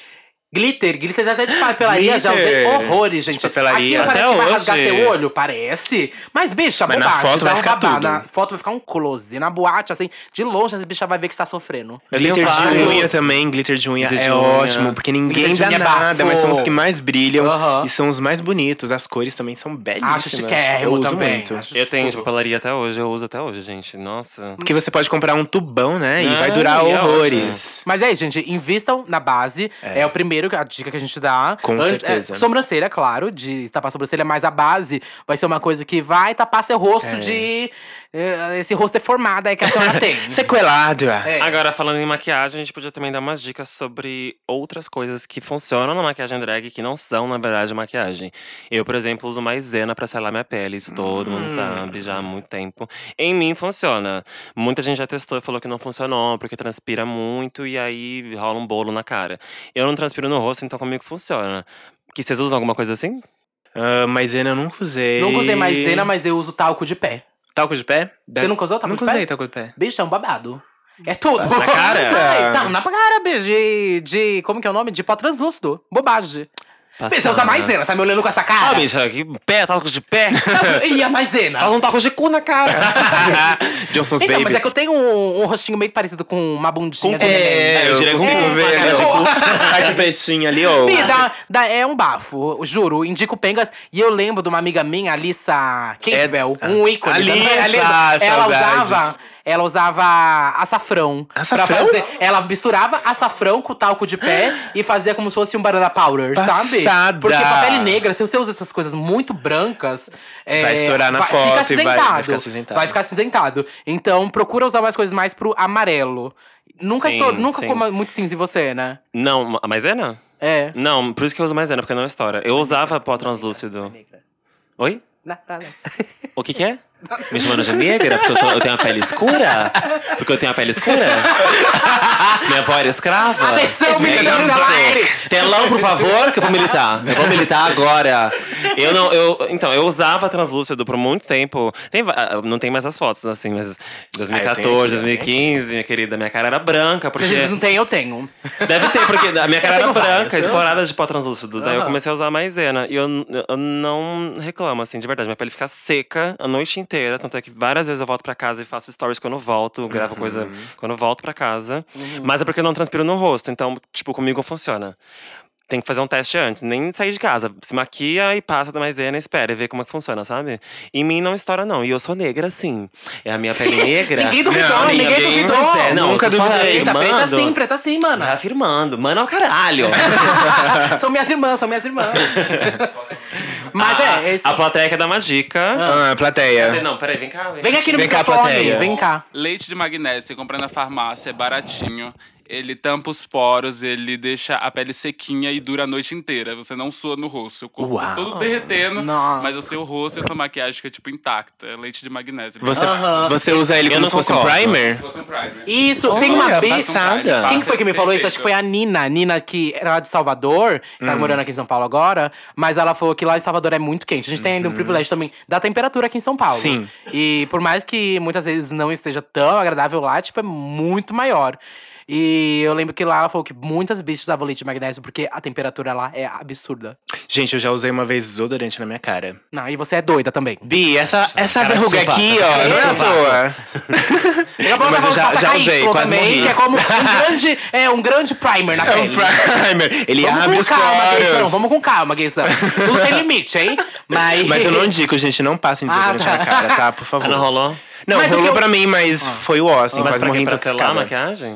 C: Glitter, glitter até de papelaria, já usei
A: Glitter.
C: horrores, gente.
A: De papelaria.
C: Aquilo parece
B: Até
C: que vai rasgar
B: hoje.
C: seu olho, parece. Mas, bicha,
A: Mas na
C: bobagem,
A: foto
C: dá
A: vai
C: um
A: ficar
C: babá.
A: tudo.
C: Na foto vai ficar um close. Na boate, assim, de longe, essa bicha vai ver que está sofrendo.
B: Eu tenho
A: glitter de
B: vários.
A: unha também, glitter de unha
B: Glitter
A: é
B: de unha.
A: ótimo, porque ninguém
C: Glitter de
A: dá
C: unha é
A: nada,
C: bafo.
A: mas são os que mais brilham
C: Aham.
A: e são os mais bonitos. As cores também são belíssimas.
C: Acho chiquérrimo
A: eu uso
C: também,
A: muito.
C: acho
B: Eu tenho de
C: tudo.
B: papelaria até hoje, eu uso até hoje, gente. Nossa.
A: Porque você pode comprar um tubão, né? E
B: Ah,
A: vai durar
B: e é
A: horrores.
C: Mas é isso, gente. Invistam na base. É, o primeiro, a dica que a gente dá.
A: Com
C: Antes-
A: certeza.
C: é, sobrancelha, claro, de tapar sobrancelha, mas a base vai ser uma coisa que vai tapar seu rosto
A: É.
C: de. eh, Esse rosto deformado aí que a senhora tem.
A: Sequelado.
C: Uhum. É.
B: Agora, falando em maquiagem, a gente podia também dar umas dicas sobre outras coisas que funcionam na maquiagem drag que não são, na verdade, maquiagem. Eu, por exemplo, uso maisena pra selar minha pele, isso todo mundo
C: Hum.
B: sabe já há muito tempo. Em mim funciona. Muita gente já testou e falou que não funcionou, porque transpira muito e aí rola um bolo na cara. Eu não transpiro no rosto, então comigo funciona. Que vocês usam alguma coisa assim?
A: Ah, maisena eu nunca usei.
C: Nunca usei maisena, mas eu uso talco de pé.
A: Talco de pé?
C: Você nunca usou talco
A: Nunca
C: de
A: usei
C: pé?
A: talco de pé.
C: Bicho, é um babado. É tudo.
A: Na cara? É.
C: Ai, tá, na cara, bicho. De, de- Como que é o nome? De pó translúcido. Bobagem. Bicho, Você usa maisena, tá me olhando com essa
B: né? Ah,
C: cara?
B: bicha, que pé, talco de pé.
C: e a maisena?
B: Ela não tá com de cu na cara.
A: Johnson's
C: Então,
A: Baby.
C: mas é que eu tenho um, um rostinho meio parecido com uma bundinha de neném. né?
A: É, eu
B: diria que
A: consigo
B: com-
A: ver.
B: com a
A: né?
B: cara de
A: A parte pretinha ali, ó.
C: Ih, dá- dá- é um bafo, eu juro. Indico Pengas. E eu lembro de uma amiga minha, Alissa Campbell, um ícone. da-
A: É, Alissa,
C: ela
A: saudades.
C: usava, ela usava açafrão. pra
A: Açafrão?
C: fazer- ela misturava açafrão com talco de pé e fazia como se fosse um banana powder, sabe?
A: Passada.
C: Porque pra pele negra, se você usa essas coisas muito brancas… é,
A: Vai estourar na foto
C: fica
A: e vai- vai
C: acinzentado.
A: ficar acinzentado.
C: Vai ficar acinzentado. Então, procura usar umas coisas mais pro amarelo. Nunca,
B: Sim,
C: estou, nunca
B: sim.
C: coma muito cinza em você, né?
B: Não, a maisena?
C: É.
B: Não, por isso que eu uso maisena, porque não estoura. Eu
C: então,
B: usava pó translúcido. Oi?
C: Não, não, não.
B: O que que é? Me chamando de negra? Porque eu, sou- eu tenho a pele escura? Porque eu tenho a pele escura? Minha avó era escrava?
C: Atenção, meninas,
B: É isso.
C: ao aire!
B: Telão, por favor, que eu vou militar. Eu vou militar agora. Eu não, eu, então, eu usava translúcido por muito tempo. Tem va- ah, não tem mais as fotos, assim, mas
A: Ah, eu tenho
B: 2014,
A: aqui,
B: 2015, minha querida, minha cara era branca.
C: Se
B: Porque...
C: vocês não têm, eu tenho.
B: Deve ter, porque a minha cara
C: Eu
B: era
C: tenho várias,
B: branca,
C: eu-
B: estourada de pó translúcido. Daí eu
C: é Aham.
B: comecei a usar maisena. E eu, n- eu não reclamo, assim, de verdade. Minha pele fica seca a noite inteira. Tanto é que várias vezes eu volto pra casa e faço stories quando eu volto. Gravo
C: Uhum.
B: coisa quando eu volto pra casa. Mas é porque eu não transpiro no rosto. Então, tipo, comigo funciona. Tem que fazer um teste antes, nem sair de casa. Se maquia e passa da maisena e espera e vê como é que funciona, sabe? Em mim não estoura, não. E eu sou negra, sim. É a minha pele negra.
C: Ninguém duvidou,
B: Não,
C: ninguém
B: ninguém-
C: duvidou.
B: Pois é, não,
A: Nunca
B: eu tô só
A: duvidei.
C: Preta, preta
B: afirmando.
C: sim, preta sim, mano.
B: Tá afirmando. Mano, é o caralho.
C: são minhas irmãs, são minhas irmãs. Mas é, é isso.
B: Ah, A plateia quer dar uma dica.
A: Ah, plateia.
B: Não, peraí, vem cá.
C: Vem aqui no
A: Vem cá,
C: microfone,
A: plateia.
C: vem cá.
E: Leite de magnésio, você compra na farmácia, é baratinho. Ele tampa os poros, ele deixa a pele sequinha e dura a noite inteira. Você não sua no rosto. Seu corpo tá
A: Uau.
E: todo derretendo,
C: Nossa.
E: mas o seu rosto e essa maquiagem fica, tipo, intacta. É Leite de magnésio.
A: Você,
C: Aham.
A: você usa ele
B: Eu
A: como
B: não
A: se fosse um
B: concordo.
E: Se
A: primer?
E: fosse um primer.
C: Isso, tem uma
A: Olha, um
E: um
C: bicha.
A: passada.
C: Quem foi que me falou isso? Acho que foi a Nina. A Nina, que era lá de Salvador, que
A: Hum.
C: tá morando aqui em São Paulo agora. Mas ela falou que lá em Salvador é muito quente. A gente tem ainda um privilégio também da temperatura aqui em São Paulo.
A: Uhum. Sim.
C: E por mais que muitas vezes não esteja tão agradável lá, tipo, é muito maior. E eu lembro que lá ela falou que muitas bichas usavam leite de magnésio porque a temperatura lá é absurda.
A: Gente, eu já usei uma vez desodorante na minha cara.
C: Não, e você é doida também.
A: Bi, essa, essa
B: Cara de
A: verruga
B: sovaco,
A: aqui,
B: cara
A: ó,
B: de
A: não é à toa.
C: Daqui a
A: Mas eu
C: pouco ela falou
A: já-
C: que passa
A: já usei,
C: caíflo
A: quase
C: também,
A: morri.
C: Que é como um grande, é, um grande primer na
A: É
C: pele.
A: um primer. Ele abre os
C: Gaysão.
A: poros.
C: Vamos com calma, Gaysão. Tudo tem limite, hein? Mas,
A: Mas eu não indico, gente, não passem desodorante
C: Ah, tá.
A: na cara, tá? Por
B: Ah,
A: favor.
B: não rolou?
A: Não,
C: Mas o
A: rolou
C: que eu-
A: pra mim, mas foi o ó, assim,
B: Ah. Mas
A: quase
B: pra,
A: morri
B: quê? pra selar a
A: intoxicada.
B: maquiagem?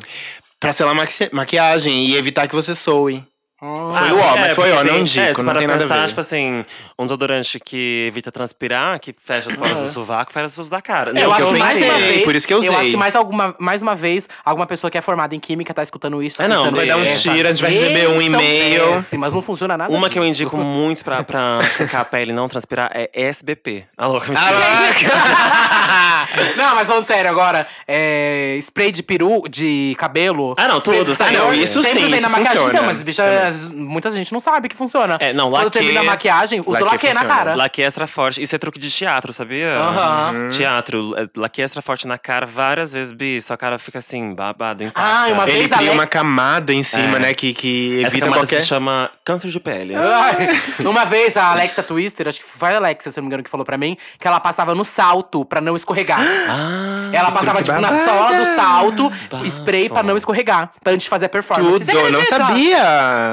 A: Pra selar maqui- maquiagem e evitar que você soe.
C: Ah,
A: Foi o ó, mas foi ó,
B: porque
A: não
B: tem-
A: indico,
B: é, se
A: não
B: para
A: tem nada a
B: pensar,
A: ver.
B: Tipo assim, um desodorante que evita transpirar, que fecha as portas do sovaco, fecha as portas da cara.
A: É
C: eu
A: o que
C: acho
A: Uhum. eu
C: que mais
A: pensei,
C: uma vez,
A: por isso que eu
C: Eu acho
A: usei.
C: que mais, alguma, mais uma vez, alguma pessoa que é formada em química tá escutando isso. tá
B: É, não,
C: pensando,
B: vai dar um
C: "Essas
A: tiro, a gente vai receber um
C: leis são
A: e-mail."
C: péssimas, não funciona nada.
B: Uma que eu
C: disso.
B: indico muito pra, pra secar a pele e não transpirar é SBP. Alô,
A: Ah,
B: mentira.
C: não, mas falando sério agora, é, spray de peru, de cabelo.
B: Ah, não, tudo,
C: Spray-
B: ah, não,
A: isso
C: sempre
A: sim,
C: vem na
A: isso
C: maquiagem.
A: funciona.
C: Então, mas bicha, as- muita gente não sabe que funciona.
B: É, não,
C: Quando
B: laque-
C: termina a maquiagem, usa
A: laque
C: laque na
A: funciona.
C: cara.
B: Laque extra forte. Isso é truque de teatro, sabia?
C: Aham.
B: Teatro, é, laque extra forte na cara várias vezes, bi. Sua cara fica assim, babado, intacta.
C: Ah, e uma vez
A: Ele
C: a
A: cria
C: Lex-
A: uma camada em cima,
B: É.
A: né, que, que
B: Essa
A: evita
B: camada
A: qualquer...
B: se chama câncer de pele.
C: Ai,
A: Ah.
C: Uma vez a Alexa Twister, acho que foi a Alexa, se eu não me engano, que falou pra mim, que ela passava no salto pra não escorregar.
B: Ah,
C: Ela passava,
A: que
C: tipo, na
A: babada!
C: sola do salto,
B: Bafo.
C: spray pra não escorregar, pra antes de fazer a performance.
A: Tudo,
C: Você
A: eu não
C: acredita?
A: sabia.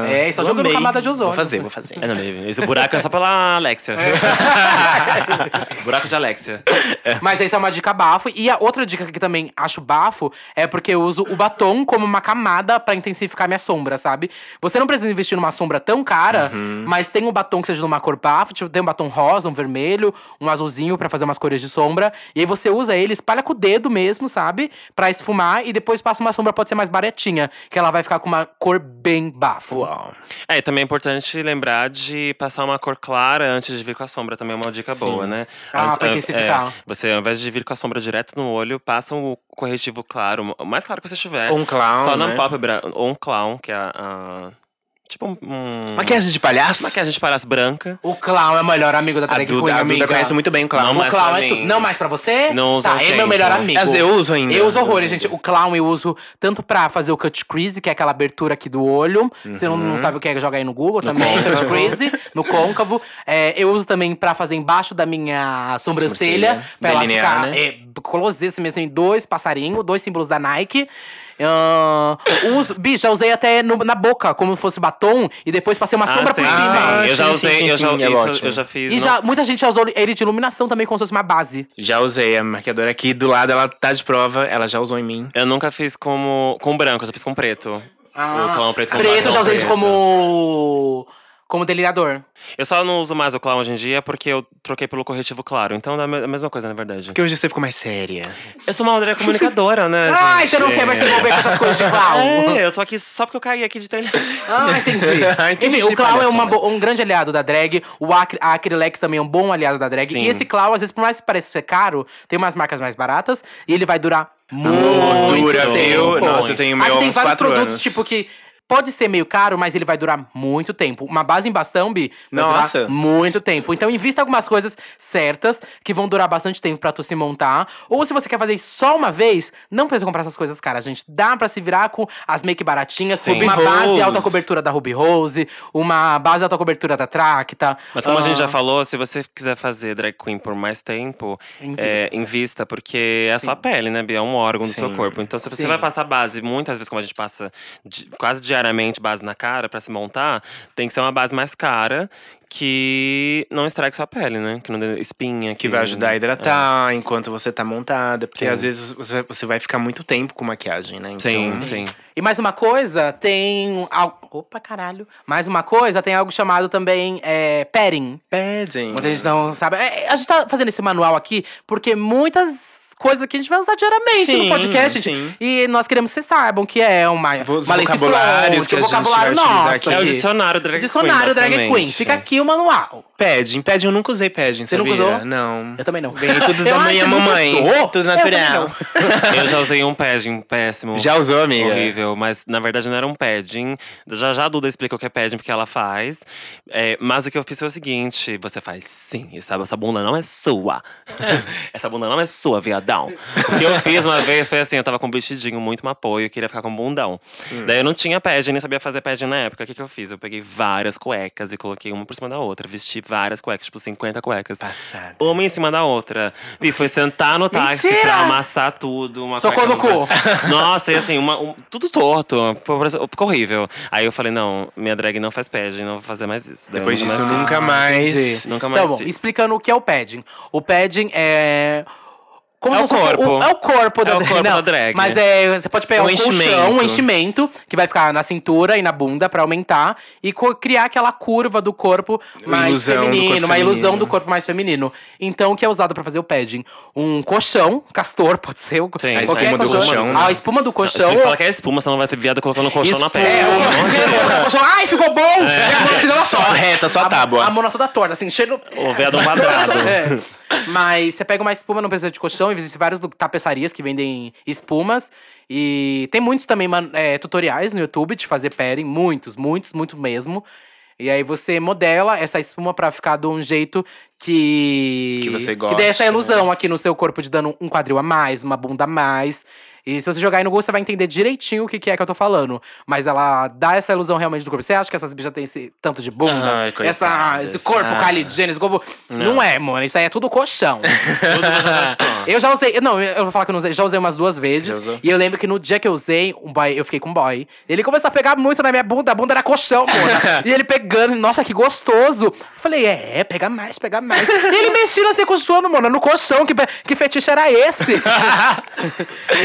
C: É, e só
A: Eu
C: jogando
A: amei.
C: camada de ozônio.
A: Vou fazer, vou fazer.
B: É, não, baby. Esse buraco é só pela Alexia.
C: É.
B: buraco de Alexia.
C: Mas essa é uma dica bafo. E a outra dica que também acho bafo é porque eu uso o batom como uma camada pra intensificar minha sombra, sabe? Você não precisa investir numa sombra tão cara,
A: Uhum.
C: mas tem um batom que seja de uma cor bafo, tipo, tem um batom rosa, um vermelho, um azulzinho pra fazer umas cores de sombra. E aí você usa ele, espalha com o dedo mesmo, sabe? Pra esfumar e depois passa uma sombra, pode ser mais baratinha, que ela vai ficar com uma cor bem bafo.
A: Uau.
B: É, e também é importante lembrar de passar uma cor clara antes de vir com a sombra. Também é uma dica boa, né?
C: Ah,
B: Antes-
C: pra
B: é,
C: intensificar.
B: é, você, ao invés de vir com a sombra direto no olho, passa um corretivo claro, o mais claro que você tiver.
A: Ou um clown,
B: É, Só na
A: né?
B: pálpebra. Ou um clown, que é a... a- tipo um... um
A: Maquiagem de palhaço?
B: maquiagem de palhaço branca.
C: O clown é o melhor amigo da
A: A
C: drag queen,
A: Duda, a Duda
C: amiga.
A: conhece muito bem o
B: Não,
A: clown.
B: mas-
C: o clown
B: pra
C: é
B: mim-
C: tudo. Não, mais pra você?
B: Não usa
C: Tá,
B: um
C: ele é meu
B: tempo.
C: melhor amigo.
A: Mas eu uso ainda.
C: Eu uso horrores, gente. O clown eu uso tanto pra fazer o cut crease, que é aquela abertura aqui do olho. Você não, não sabe o que é, joga aí no Google também. Cut crease, no côncavo. É, eu uso também pra fazer embaixo da minha sobrancelha.
A: Sobrancelha.
C: Pra ela
A: Delinear,
C: ficar
A: né?
C: é, colosíssima, assim, dois passarinhos, dois símbolos da Nike. Ahn, uso, bicho, já usei até no- na boca, como se fosse batom. E depois passei uma sombra por
B: sim,
C: cima.
A: Ah,
B: sim. Eu já
A: sim,
B: usei,
A: sim,
B: eu, já,
A: sim, é
B: isso
A: ótimo.
B: eu já fiz.
C: E
B: não-
C: já, muita gente já usou ele de iluminação também, como se fosse uma base.
A: Já usei, a maquiadora aqui do lado, ela tá de prova, ela já usou em mim.
B: Eu nunca fiz como, com branco, eu já fiz com preto. o clown preto com
C: Ah, Preto, eu já usei
B: preto.
C: isso como. como delineador.
B: Eu só não uso mais o clown hoje em dia porque eu troquei pelo corretivo claro. Então é a me- a mesma coisa, na verdade.
A: Porque hoje você ficou mais séria.
B: Eu sou uma mulher comunicadora, né?
C: Ai,
B: gente?
C: você não quer mais se envolver com essas coisas de clown.
B: É, eu tô aqui só porque eu caí aqui de telhado.
C: Ah, entendi.
A: Entendi,
C: Enfim, o Clau é
A: palhaço,
C: uma
A: né?
C: bo- um grande aliado da drag. O Acry, a Acrylex também é um bom aliado da drag.
B: Sim.
C: E esse Clau, às vezes, por mais que pareça ser caro, tem umas marcas mais baratas. E ele vai durar muito
A: Ah, Dura,
C: tempo.
A: viu? Nossa, eu tenho o meu
C: Aqui
A: há
C: tem
A: uns
C: vários
A: quatro
C: produtos,
A: anos.
C: tipo, que pode ser meio caro, mas ele vai durar muito tempo. Uma base em bastão, Bi, vai
A: Nossa.
C: durar muito tempo. Então, invista algumas coisas certas que vão durar bastante tempo pra tu se montar. Ou se você quer fazer isso só uma vez, não precisa comprar essas coisas caras, gente. Dá pra se virar com as make baratinhas,
B: Sim.
C: uma
A: Ruby
C: base
A: Rose.
C: alta cobertura da Ruby Rose, uma base alta cobertura da Tracta. ah,
B: Mas como a gente já
C: falou.
B: falou, se você quiser fazer drag queen por mais tempo,
C: Invista.
B: é, invista, porque é a sua pele, né, Bia? É um órgão do seu corpo. Então, se você
C: Sim.
B: vai passar base, muitas vezes, como a gente passa di- quase diariamente base na cara pra se montar, tem que ser uma base mais cara que não estrague sua pele, né? Que não dê espinha.
A: Que vai ajudar a hidratar enquanto você tá montada. Porque
B: Sim.
A: às vezes você- você vai ficar muito tempo com maquiagem, né? Então,
B: É. Sim, sim.
C: E mais uma coisa, tem. al- Opa, caralho. Mais uma coisa, tem algo chamado também é, padding.
A: Pedem.
C: tá Muita gente não sabe. É, é, A gente tá fazendo esse manual aqui porque muitas coisas que a gente vai usar diariamente
A: Sim,
C: no podcast.
A: sim.
C: E nós queremos que vocês saibam que é uma,
A: Vo- os
C: uma lei sem
A: vocabulários
C: fronte,
A: que
C: um
A: a gente vai
C: vocabulário
A: utilizar
C: nosso.
A: aqui.
B: É o
A: Sim.
B: dicionário drag queen.
C: Dicionário drag queen.
B: basicamente.
C: Fica aqui o manual.
A: Padding. Padding eu nunca usei padding,
C: Você
A: sabia?
C: nunca usou?
A: Não.
C: Eu também não.
A: Vem tudo
C: Eu
A: da mãe
C: acho
A: e a
C: que
A: mamãe.
C: nunca usou.
A: Tudo
C: Eu também
A: natural.
C: não.
B: Eu já usei um padding péssimo.
A: Já usou, amiga?
B: Horrível, mas na verdade não era um padding. Já já a Duda explica o que é padding, porque ela faz. É, mas o que eu fiz foi o seguinte: você faz sim, essa, essa bunda não é sua. essa bunda não é sua, viadão. O que eu fiz uma vez foi assim: eu tava com um vestidinho, muito um apoio, queria ficar com um bundão. Daí eu não tinha padding, nem sabia fazer padding na época. O que, que eu fiz? Eu peguei várias cuecas e coloquei uma por cima da outra. Vesti várias cuecas, tipo 50 cuecas.
A: Passada.
B: Uma em cima da outra. E foi sentar no táxi
C: Mentira!
B: pra amassar tudo. Uma
C: Socou
B: cueca
C: no cu.
B: outra. Nossa, e assim, uma- um- tudo torto. Ficou horrível. Aí eu falei, não, minha drag não faz pad, não vou fazer mais isso. Daí
A: Depois
B: eu
A: disso,
B: mais-
A: nunca
C: entendi.
A: mais.
B: Nunca mais
C: Então, bom,
B: fiz.
C: explicando o que é o padding. O padding é. Como
B: É o
C: se fosse
B: corpo.
C: é o corpo da
B: É o
C: drag.
B: corpo
C: Não,
B: da drag.
C: Mas é, você pode pegar
A: É
C: um,
A: um
C: colchão,
A: enchimento.
C: um enchimento, que vai ficar na cintura e na bunda pra aumentar, e co- criar aquela curva do corpo
A: Uma
C: mais
A: ilusão do
C: feminino,
A: corpo
C: uma
A: feminino.
C: ilusão do corpo mais feminino. Então, o que é usado pra fazer o padding? Um colchão, castor, pode ser. o-
B: Sim, a
C: qualquer
A: espuma do
C: castor.
A: colchão, né?
C: A espuma do colchão.
B: Ele fala que um é espuma, você não vai ter viada colocando colchão na
A: Espuma.
C: É,
B: perna.
C: o colchão- o colchão, ai, ficou bom! E a mão fica lá
A: Só
C: fora.
A: reta, só
C: a,
A: tábua.
C: A mona toda torta, assim, cheiro.
B: O viadão um quadrado.
C: É. Mas você pega uma espuma não precisa de colchão, existem várias lu- tapeçarias que vendem espumas. E tem muitos também man- é, tutoriais no YouTube de fazer padding, muitos, muitos, muito mesmo. E aí você modela essa espuma pra ficar de um jeito que.
A: Que você
C: Que dê
A: goste,
C: essa
A: né?
C: ilusão aqui no seu corpo de dando um quadril a mais, uma bunda a mais. E se você jogar aí no Google, você vai entender direitinho o que, que é que eu tô falando. Mas ela dá essa ilusão realmente do corpo. Você acha que essas bichas têm esse tanto de bunda?
A: Ai,
C: essa,
A: coitadas.
C: esse corpo
A: Ah.
C: cali Gênesis Globo. Não. é, mano. Isso aí é tudo colchão. eu já usei. Não, eu vou falar que eu não usei. Já usei umas duas vezes.
A: Já usou?
C: E eu lembro que no dia que eu usei, um boy, eu fiquei com um boy. Ele começou a pegar muito na minha bunda. A bunda era colchão, mano. e ele pegando. Nossa, que gostoso. Eu falei, é, pega mais, pega mais. e ele mexendo assim com o sono, mano. No colchão. Que, pe- que fetiche era esse?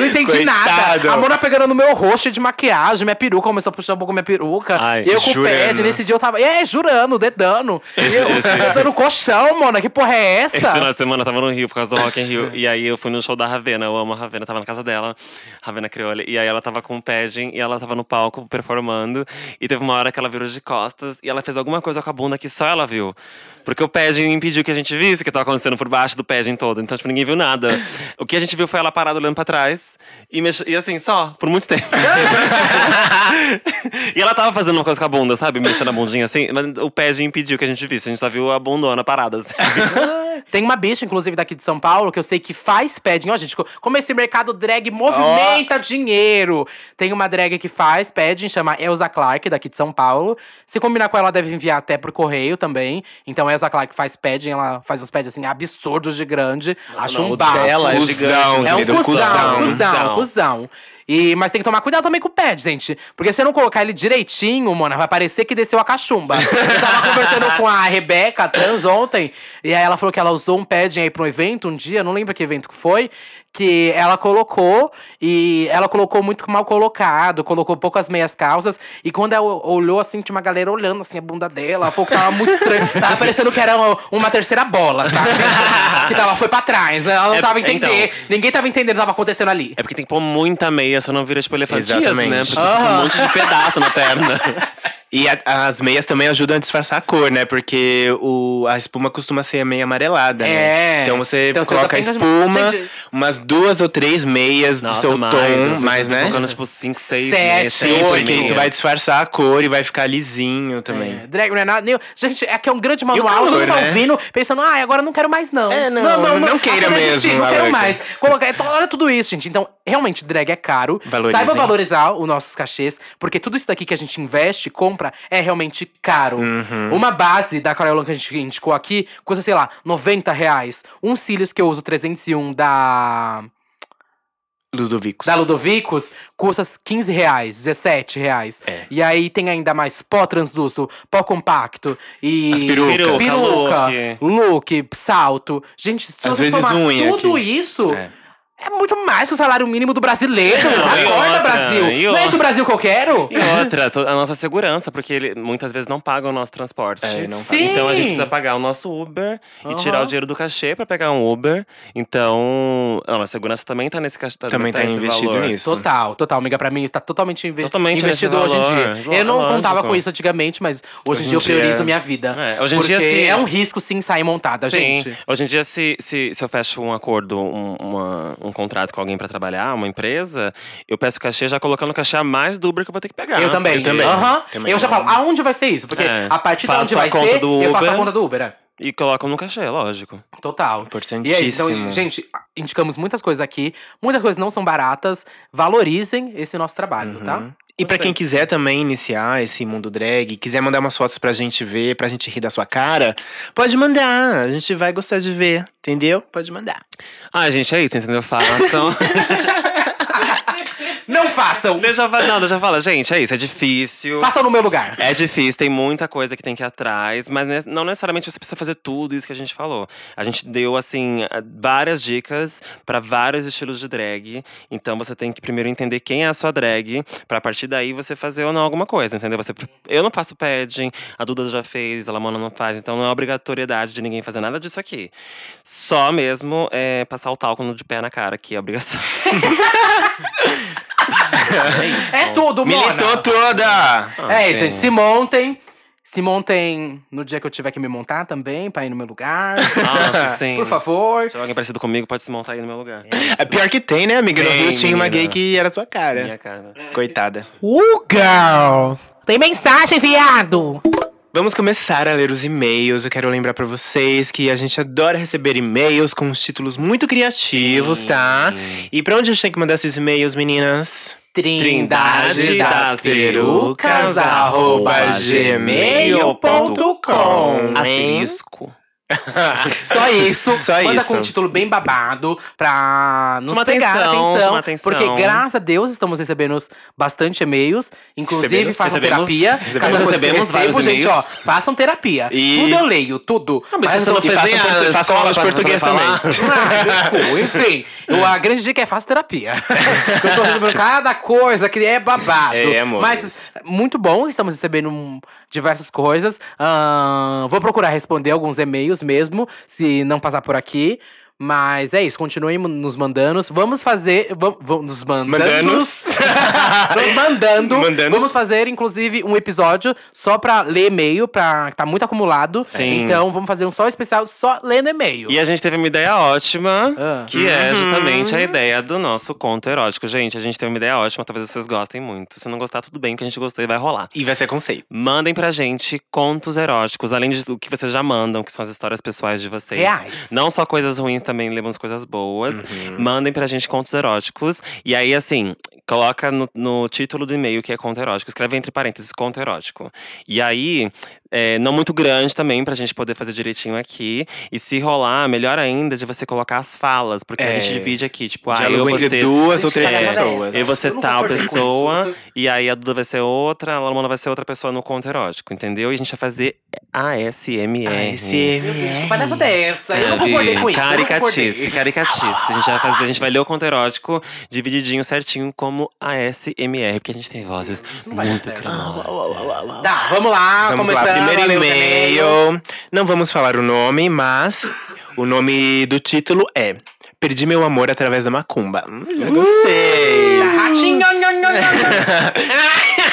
C: não entendi
A: Coitado.
C: nada. A mona pegando no meu rosto de maquiagem. Minha peruca começou a puxar um pouco minha peruca.
B: Ai,
C: e eu com o pé.
A: jurando.
C: Nesse esse dia eu tava. É, jurando, dedando. eu
B: esse-
C: dedando colchão, mano. Que porra é essa?
B: Esse final de semana eu tava no Rio por causa do Rock in Rio. e aí eu fui no show da Ravena, eu amo a Ravena, tava na casa dela, Ravena Creole. E aí ela tava com o padding e ela tava no palco performando. E teve uma hora que ela virou de costas e ela fez alguma coisa com a bunda que só ela viu. Porque o padding impediu que a gente visse o que tava acontecendo por baixo do padding todo. Então, tipo, ninguém viu nada. O que a gente viu foi ela parada olhando pra trás e, mex... e assim, só, por muito tempo. e ela tava fazendo uma coisa com a bunda, sabe? Mexendo a bundinha assim. Mas o padding impediu que a gente visse. A gente só viu a bundona parada assim.
C: Tem uma bicha, inclusive, daqui de São Paulo, que eu sei que faz padding. Ó, gente, co- como esse mercado drag movimenta dinheiro. Tem uma drag que faz padding, chama Elza Clark, daqui de São Paulo. Se combinar com ela, deve enviar até por correio também. Então, Elza Clark faz padding, ela faz uns pads, assim, absurdos de grande. Acho
B: não,
C: um
B: o
C: bafo.
B: dela é
A: Cusão,
B: gigante.
C: É um
A: querido,
C: cuzão,
B: cuzão.
C: cuzão, cuzão. E, mas tem que tomar cuidado também com o pad, gente. Porque se eu não colocar ele direitinho, mano, vai parecer que desceu a cachumba. Eu tava conversando com a Rebeca, trans, ontem. E aí ela falou que ela usou um pad aí pra um evento um dia, não lembro que evento que foi. Que ela colocou e ela colocou muito mal colocado, colocou poucas meias calças. E quando ela olhou assim, tinha uma galera olhando assim a bunda dela. Ela falou que tava muito estranho. Tava parecendo que era uma, uma terceira bola, sabe? que tava, foi pra trás. Ela não
B: É,
C: tava
B: então.
C: entendendo. Ninguém tava entendendo o que tava acontecendo ali.
B: É porque tem que pôr muita meia, só não vira tipo elefantias,
A: Exatamente.
B: né? Porque fica
C: Aham.
B: um monte de pedaço na perna.
A: E a- as meias também ajudam a disfarçar a cor, né? Porque o, a espuma costuma ser meio amarelada, né?
C: É.
A: Então você
C: Então você
A: coloca a
C: usa apenas-
A: espuma,
C: Gente-
A: umas duas ou três meias do seu tom, mas, né?
B: Colocando tipo 5, 6,
C: Sete,
A: Sim,
C: oito
A: porque isso vai disfarçar a cor e vai ficar lisinho também.
C: É, drag não é nada. nem- Gente, é que é um grande manual.
A: calor,
C: Todo mundo tá
A: né?
C: ouvindo, pensando, ah, agora eu não quero mais, não.
A: É, não, não queira
C: apenas
A: mesmo,
C: desisti, Não quero
A: Aleca.
C: mais. Coloca, é, olha tudo isso, gente. Então, realmente, drag é caro.
A: Valorizem.
C: Saiba valorizar os nossos cachês, porque tudo isso daqui que a gente investe, compra, é realmente caro.
A: Uhum.
C: Uma base da Crayola que a gente indicou aqui custa, sei lá, 90 reais. Um cílios que eu uso 301 da.
A: Ludovicos.
C: da Ludovicos custa 15 reais, 17 reais.
B: É.
C: E aí tem ainda mais pó translúcido, pó compacto e.
A: As perucas.
B: Peruca,
C: peruca, look, salto. Gente, se
A: Às
C: você
A: vezes
C: somar
A: unha
C: tudo
A: aqui.
C: isso. É. É muito mais que o salário mínimo do brasileiro.
B: e
C: Acorda,
B: outra,
C: Brasil.
B: e
C: Não é
B: outra.
C: esse o Brasil que eu quero?
B: E outra, to- a nossa segurança, porque ele muitas vezes não paga o nosso transporte.
A: É, não
C: Sim.
B: Então a gente precisa pagar o nosso Uber
C: Aham.
B: e tirar o dinheiro do cachê pra pegar um Uber. Então, a nossa segurança também tá nesse cachê.
A: Também tá
B: esse
A: investido
B: valor.
A: nisso.
C: Total, total, amiga. Pra mim, está totalmente, inve
B: Totalmente né?
C: investido
B: nesse
C: hoje em
B: valor,
C: dia. Eu não
B: lógico.
C: contava com isso antigamente, mas hoje, em dia eu
A: dia-
C: priorizo minha vida.
B: É, hoje em
C: porque
B: dia, sim.
C: é um risco, sim, sair montada,
B: Sim,
C: gente.
B: hoje em dia, se, se, se eu fecho um acordo, um, uma- um contrato com alguém pra trabalhar, uma empresa, eu peço cachê já colocando o cachê a mais do Uber que Ah, eu vou ter que pegar.
C: Eu também.
A: eu também.
C: Aham.
A: Também.
C: Eu já falo, aonde vai ser isso? Porque
B: É.
C: a partir de
B: Faço
C: onde
B: a
C: vai
B: conta
C: ser,
B: do
C: eu faço a
B: Uber.
C: conta do Uber. é.
B: E colocam no cachê, lógico.
C: Total. E
A: Importantíssimo.
C: é isso. Então, gente, indicamos muitas coisas aqui. Muitas coisas não são baratas. Valorizem esse nosso trabalho,
B: Uhum.
C: tá?
A: Uhum. E pra quem quiser também iniciar esse mundo drag, quiser mandar umas fotos pra gente ver, pra gente rir da sua cara, pode mandar. A gente vai gostar de ver, entendeu? Pode mandar.
B: Ah, gente, é isso, entendeu? Façam.
C: Não façam!
B: deixa eu falar, não, deixa eu falar. Gente, é isso, é difícil.
C: Façam no meu lugar.
B: É difícil, tem muita coisa que tem que ir atrás, mas ne- não necessariamente você precisa fazer tudo isso que a gente falou. A gente deu, assim, a- várias dicas pra vários estilos de drag. Então você tem que primeiro entender quem é a sua drag, pra a partir daí você fazer ou não alguma coisa, entendeu? Você, eu não faço padding, a Duda já fez, a Lamona não faz, então não é obrigatoriedade de ninguém fazer nada disso aqui. Só mesmo é, passar o talco de pé na cara, que é obrigação. é isso. Ah,
C: É tudo, mona.
A: Militou toda!
C: É,
B: Ok.
C: gente, se montem. Se montem no dia que eu tiver que me montar também, pra ir no meu lugar.
B: Nossa, sim.
C: Por favor.
B: Se tiver alguém parecido comigo, pode se montar aí no meu lugar.
A: É pior que tem, né, amiga? no
B: Tem,
A: Rio tinha uma gay
B: menina. É.
A: que era tua cara.
B: Minha cara.
A: Coitada.
C: Uh, girl! Tem mensagem, viado!
A: Vamos começar a ler os e-mails. Eu quero lembrar pra vocês que a gente adora receber e-mails com os títulos muito criativos, tá?
B: Hum.
A: E pra onde a gente tem que mandar esses e-mails, meninas?
C: Trindade,
B: Trindade
C: das
B: das
C: perucas,
B: perucas,
C: arroba
B: arroba
C: gmail.com.
A: gmail.com.
B: Asterisco.
C: Só isso.
A: Só
C: Manda
A: isso.
C: com um título bem babado pra nos
B: Chama
C: pegar a
B: atenção,
C: atenção.
B: chama atenção.
C: Porque, graças a Deus, estamos recebendo bastante e-mails. Inclusive,
A: Recebemos,
C: façam
B: recebemos,
C: terapia.
B: recebemos,
C: Cada coisa que
B: recebemos
C: recebo,
B: vários
C: gente,
B: e-mails.
C: ó, façam terapia.
A: E-
C: Tudo eu leio, tudo.
A: mas
C: Façam-
A: você não
C: e
A: fez
C: façam
A: nem a-
C: portu-
A: façam
C: façam
A: aula de
C: pra-
A: português
C: pra falar.
A: também.
C: Ah, desculpa, Enfim, eu- a grande dica é faça terapia. eu tô recebendo cada coisa que é babado.
A: É, amor.
C: Mas muito bom, estamos recebendo hum, diversas coisas. Ahn, vou procurar responder alguns e-mails mesmo, se não passar por aqui. Mas é isso, continuem mo- nos mandando. Vamos fazer. Vamos, nos mandando.
A: Mandanos.
C: nos mandando.
A: Mandanos.
C: Vamos fazer, inclusive, um episódio só pra ler e-mail, pra, tá muito acumulado.
B: Sim.
C: Então vamos fazer um só especial só lendo e-mail.
A: é
B: E a gente teve uma ideia ótima,
C: Ah.
B: que é justamente a ideia do nosso conto erótico. Gente, a gente teve uma ideia ótima, talvez vocês gostem muito. Se não gostar, tudo bem, que a gente gostou e vai rolar.
A: E vai ser conceito.
B: Mandem pra gente contos eróticos, além de tudo que vocês já mandam, que são as histórias pessoais de vocês.
C: Reais.
B: Não só coisas ruins, também lemos coisas boas.
A: Uhum.
B: Mandem pra gente contos eróticos. E aí, assim, coloca no, no título do e-mail que é conto erótico. Escreve entre parênteses, conto erótico. E aí, é, não muito grande também, pra gente poder fazer direitinho aqui. E se rolar, melhor ainda, de você colocar as falas, porque a
A: É.
B: gente divide aqui, tipo, ah, eu,
A: Diálogo entre
B: você,
A: duas ou três
B: É,
A: pessoas.
B: eu vou ser
C: Eu nunca
B: tal
C: acordei com
B: pessoa,
C: isso.
B: e aí a Duda vai ser outra, a Lamona vai ser outra pessoa no conto erótico, entendeu? E a gente vai fazer ASMR.
C: Meu Deus, que
A: ASMR.
C: palhaça dessa? Eu não concordei com isso. eu não
B: Caricatice,
C: concordei.
B: caricatice. A gente vai fazer, a gente vai ler o conto erótico divididinho certinho como ASMR, porque a gente tem vozes
C: não vai dar
B: muito
C: certo.
B: cremosas.
C: Tá, vamos lá.
A: Vamos lá,
C: começando a
A: primeiro
C: ler os e-mails.
A: e-mail. Não vamos falar o nome, mas o nome do título é Perdi meu amor através da macumba. Hum, já gostei.
C: Ratinho, nho, nho, nho, nho.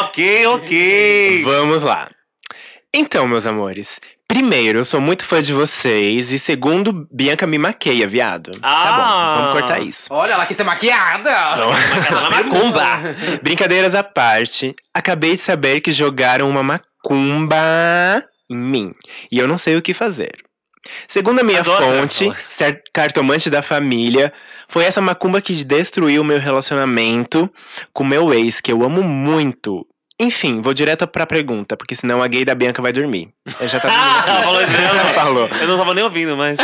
B: Ok, ok.
A: Vamos lá. Então, meus amores, primeiro, eu sou muito fã de vocês e segundo, Bianca me maqueia, viado. Tá
B: Ah.
A: bom, vamos cortar isso.
C: Olha, ela quis ser
B: então.
C: maquiada.
A: macumba! Brincadeiras à parte, acabei de saber que jogaram uma macumba em mim. E eu não sei o que fazer. Segundo a minha
B: Adoro.
A: fonte, cer- cartomante da família, foi essa macumba que destruiu o meu relacionamento com meu ex, que eu amo muito. Enfim, vou direto pra pergunta, porque senão a gay da Bianca vai dormir. Eu já tava.
B: Ah, falou isso mesmo?
A: Ela falou.
B: Eu não tava nem ouvindo, mas.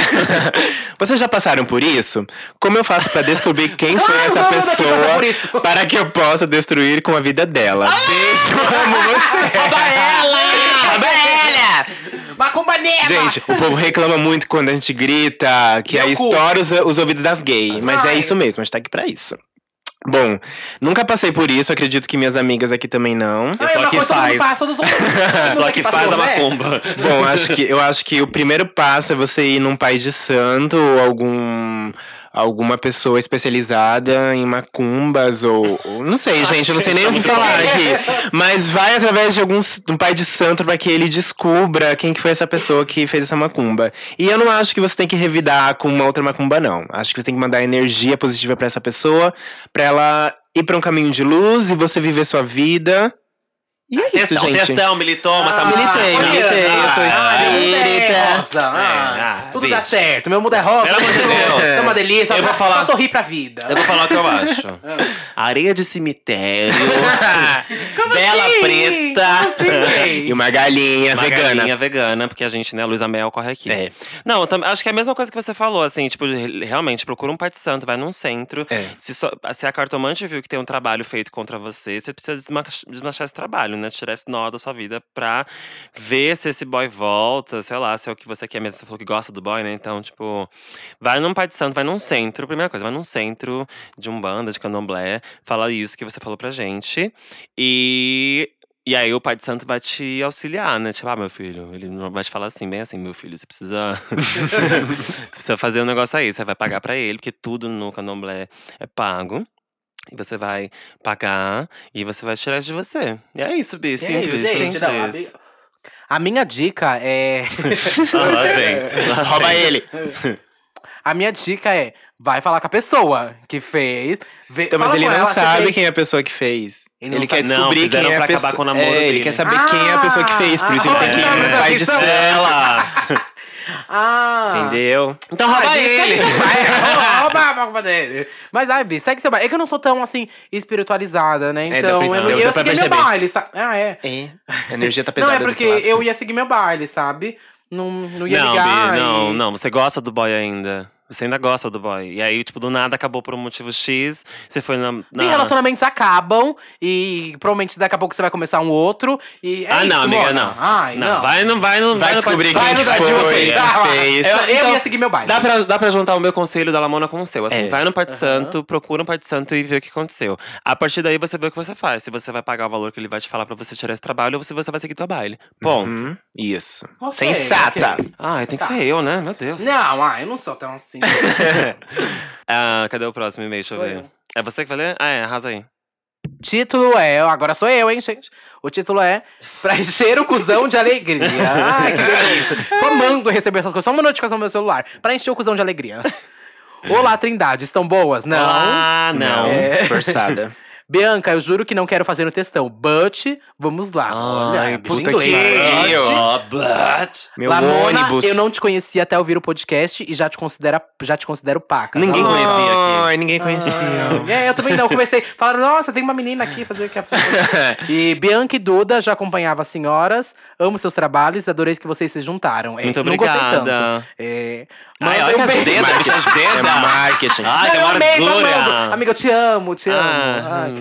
A: Vocês já passaram por isso? Como eu faço pra descobrir quem foi
C: Claro,
A: essa
C: todo mundo aqui passa por
A: pessoa
C: isso.
A: para que eu possa destruir com a
C: Ah!
A: vida dela? Beijo, amo você!
C: Rouba ela!
A: Rouba ela!
C: Macumba neva!
A: Gente, o povo reclama muito quando a gente grita, que
C: Meu
A: aí
C: cu.
A: estoura os, os ouvidos das gays. Mas é
C: Vai.
A: isso mesmo, a gente tá aqui pra isso. Bom, nunca passei por isso, acredito que minhas amigas aqui também não.
B: Eu sou a que
C: todo mundo
B: faz.
C: passa, todo mundo- todo mundo
B: Só
C: aqui
B: que
C: passou,
B: faz a
C: né?
B: macumba.
A: Bom, acho que, eu acho que o primeiro passo é você ir num país de santo ou algum, alguma pessoa especializada em macumbas ou. ou- não
B: Ah,
A: sei, gente, eu não sei nem o que falar aqui. Mas vai através de algum s- de um pai de santo pra que ele descubra quem que foi essa pessoa que fez essa macumba. E eu não acho que você tem que revidar com uma outra macumba, não. Acho que você tem que mandar energia positiva pra essa pessoa, pra ela ir pra um caminho de luz e você viver sua vida. E é isso,
B: Testão,
A: gente.
B: testão, militoma, tá
C: Ah,
A: militei,
C: Poliana.
A: militei, eu sou
C: Ah,
A: espírita.
C: é, rosa. Ah,
B: ah,
C: Tudo
B: bicho.
C: dá certo, meu mundo é rosa.
B: Pelo amor de
C: tudo
B: Deus.
C: É uma delícia.
B: Eu
C: só-
B: vou falar-
C: Só sorrir pra vida.
B: Eu vou falar o que eu acho. Areia de cemitério. vela
C: assim?
B: preta.
A: E uma galinha
B: Uma
A: vegana.
B: galinha vegana, porque a gente, né, a Luísa Mel corre aqui.
A: É.
B: Não, eu tam- acho que é a mesma coisa que você falou, assim, tipo, re- realmente, procura um pai de santo, vai num centro.
A: É.
B: Se, só- se a cartomante viu que tem um trabalho feito contra você, você precisa desmanch- desmanchar esse trabalho, né? Tirar esse nó da sua vida pra ver se esse boy volta, sei lá, se é o que você quer mesmo. Você falou que gosta do boy, né? Então, tipo, vai num pai de santo, vai num centro. Primeira coisa, vai num centro de umbanda, de candomblé. Fala isso que você falou pra gente. E e aí o pai de santo vai te auxiliar, né? Tipo, ah, meu filho, ele não vai te falar assim, bem assim, meu filho, você precisa. você precisa fazer um negócio aí, você vai pagar pra ele, porque tudo no candomblé é pago. E você vai pagar e você vai tirar isso de você. E é isso, Bi.
A: é
B: Simples,
A: isso,
C: Gente, não, a,
B: simples.
C: mi- a minha dica é.
B: Ah, lá vem. Lá
A: Rouba
B: vem.
A: ele.
C: A minha dica é. Vai falar com a pessoa que fez. vê-
A: Então, mas
C: fala
A: ele
C: com
A: não
C: ela, você
A: sabe
C: fez-
A: quem é a pessoa que fez.
C: Ele não
A: Ele quer
B: sabe. Não,
A: descobrir
B: fizeram
A: quem é a
B: pra acabar
A: pessoa.
B: com o namoro
A: é, Ele
B: dele.
A: quer saber quem é a pessoa que fez, por isso
C: Ah,
A: ele tem que
C: ah, mas
A: ir
C: a
A: no pai de
C: questão-
A: santo.
B: Ela!
C: Ah!
A: Entendeu?
B: Então rouba
C: Ai, Bi, segue
B: ele!
C: seu baile, rouba- rouba a macumba dele. Mas, ai, Bi, segue seu baile. É que eu não sou tão, assim, espiritualizada, né?
A: É, dá
C: Então,
A: pra-
C: eu, não,
A: deu-
C: eu
A: deu pra
C: segui meu
A: perceber.
C: baile, sabe? Ah,
B: Tá
C: é.
A: É. A energia tá
C: Não,
A: pesada
C: é porque
A: desse lado.
C: eu ia seguir meu baile, sabe? Não, não ia
B: Não,
C: ligar.
B: Bi,
C: e-
B: não, não. Você gosta do boy ainda. Você ainda gosta do boy. E aí, tipo, do nada acabou por um motivo X. Você foi na. na...
C: E relacionamentos acabam, e provavelmente daqui a pouco você vai começar um outro. E é
B: ah, não,
C: isso,
B: amiga,
C: Mona.
B: não.
C: Ai, não.
B: Vai, não vai, não
A: Vai
B: no
A: descobrir quem
B: participar.
A: que
C: Vai no
A: foi,
C: de vocês.
A: quem
C: Ah,
A: fez.
C: Eu, eu
B: Então,
C: ia seguir meu baile.
B: Dá pra, dá pra juntar o meu conselho da Lamona com o seu. Assim,
A: É.
B: vai no Pai de Santo, procura um Pai de Santo e vê o que aconteceu. A partir daí você vê o que você faz. Se você vai pagar o valor que ele vai te falar pra você tirar esse trabalho ou se você vai seguir teu baile. Ponto.
A: Hum, isso.
C: Gostei,
A: Sensata.
C: ok.
B: Ai, tem que
C: Tá.
B: ser eu, né? Meu Deus.
C: Não, ai, eu não sou tão assim.
B: Ah, cadê o próximo e-mail? Deixa eu
C: Sou
B: ver.
C: eu.
B: É você que vai ler? Ah, é, arrasa aí.
C: título é. Agora sou eu, hein, gente? O título é Pra encher o cuzão de alegria. Ai, que delícia. Tô amando receber essas coisas. Só uma notificação no meu celular. Pra encher o cuzão de alegria. Olá, Trindade, estão boas? Não.
B: Ah, não.
C: É.
A: Esforçada.
C: Bianca, eu juro que não quero fazer no textão. But, vamos lá.
B: Ai,
C: Olha,
B: puta
A: que
B: que
A: pariu.
B: Ó, but.
A: Meu
C: Lamona,
A: ônibus.
C: eu não te conhecia até ouvir o podcast e já te, considera, já te considero paca.
B: Ninguém
C: Não.
B: conhecia aqui.
A: Ai, ninguém conhecia.
C: É, eu também não. Comecei. Falaram, nossa, tem uma menina aqui fazer o que a pessoa. E Bianca e Duda já acompanhava as senhoras. Amo seus trabalhos, adorei que vocês se juntaram. É,
B: Muito
C: não gostei tanto.
B: obrigada.
C: É,
B: Ai,
C: mandem
B: olha
C: um
B: as
C: beijo.
B: dedas,
A: Marketing.
B: bicha, as
A: É
B: dedas.
A: marketing.
B: Ai, tem
C: Não,
B: uma
C: eu amei, tô
B: ardura.
C: amando. Amiga, eu te amo, te amo.
B: Ah,
C: Ai.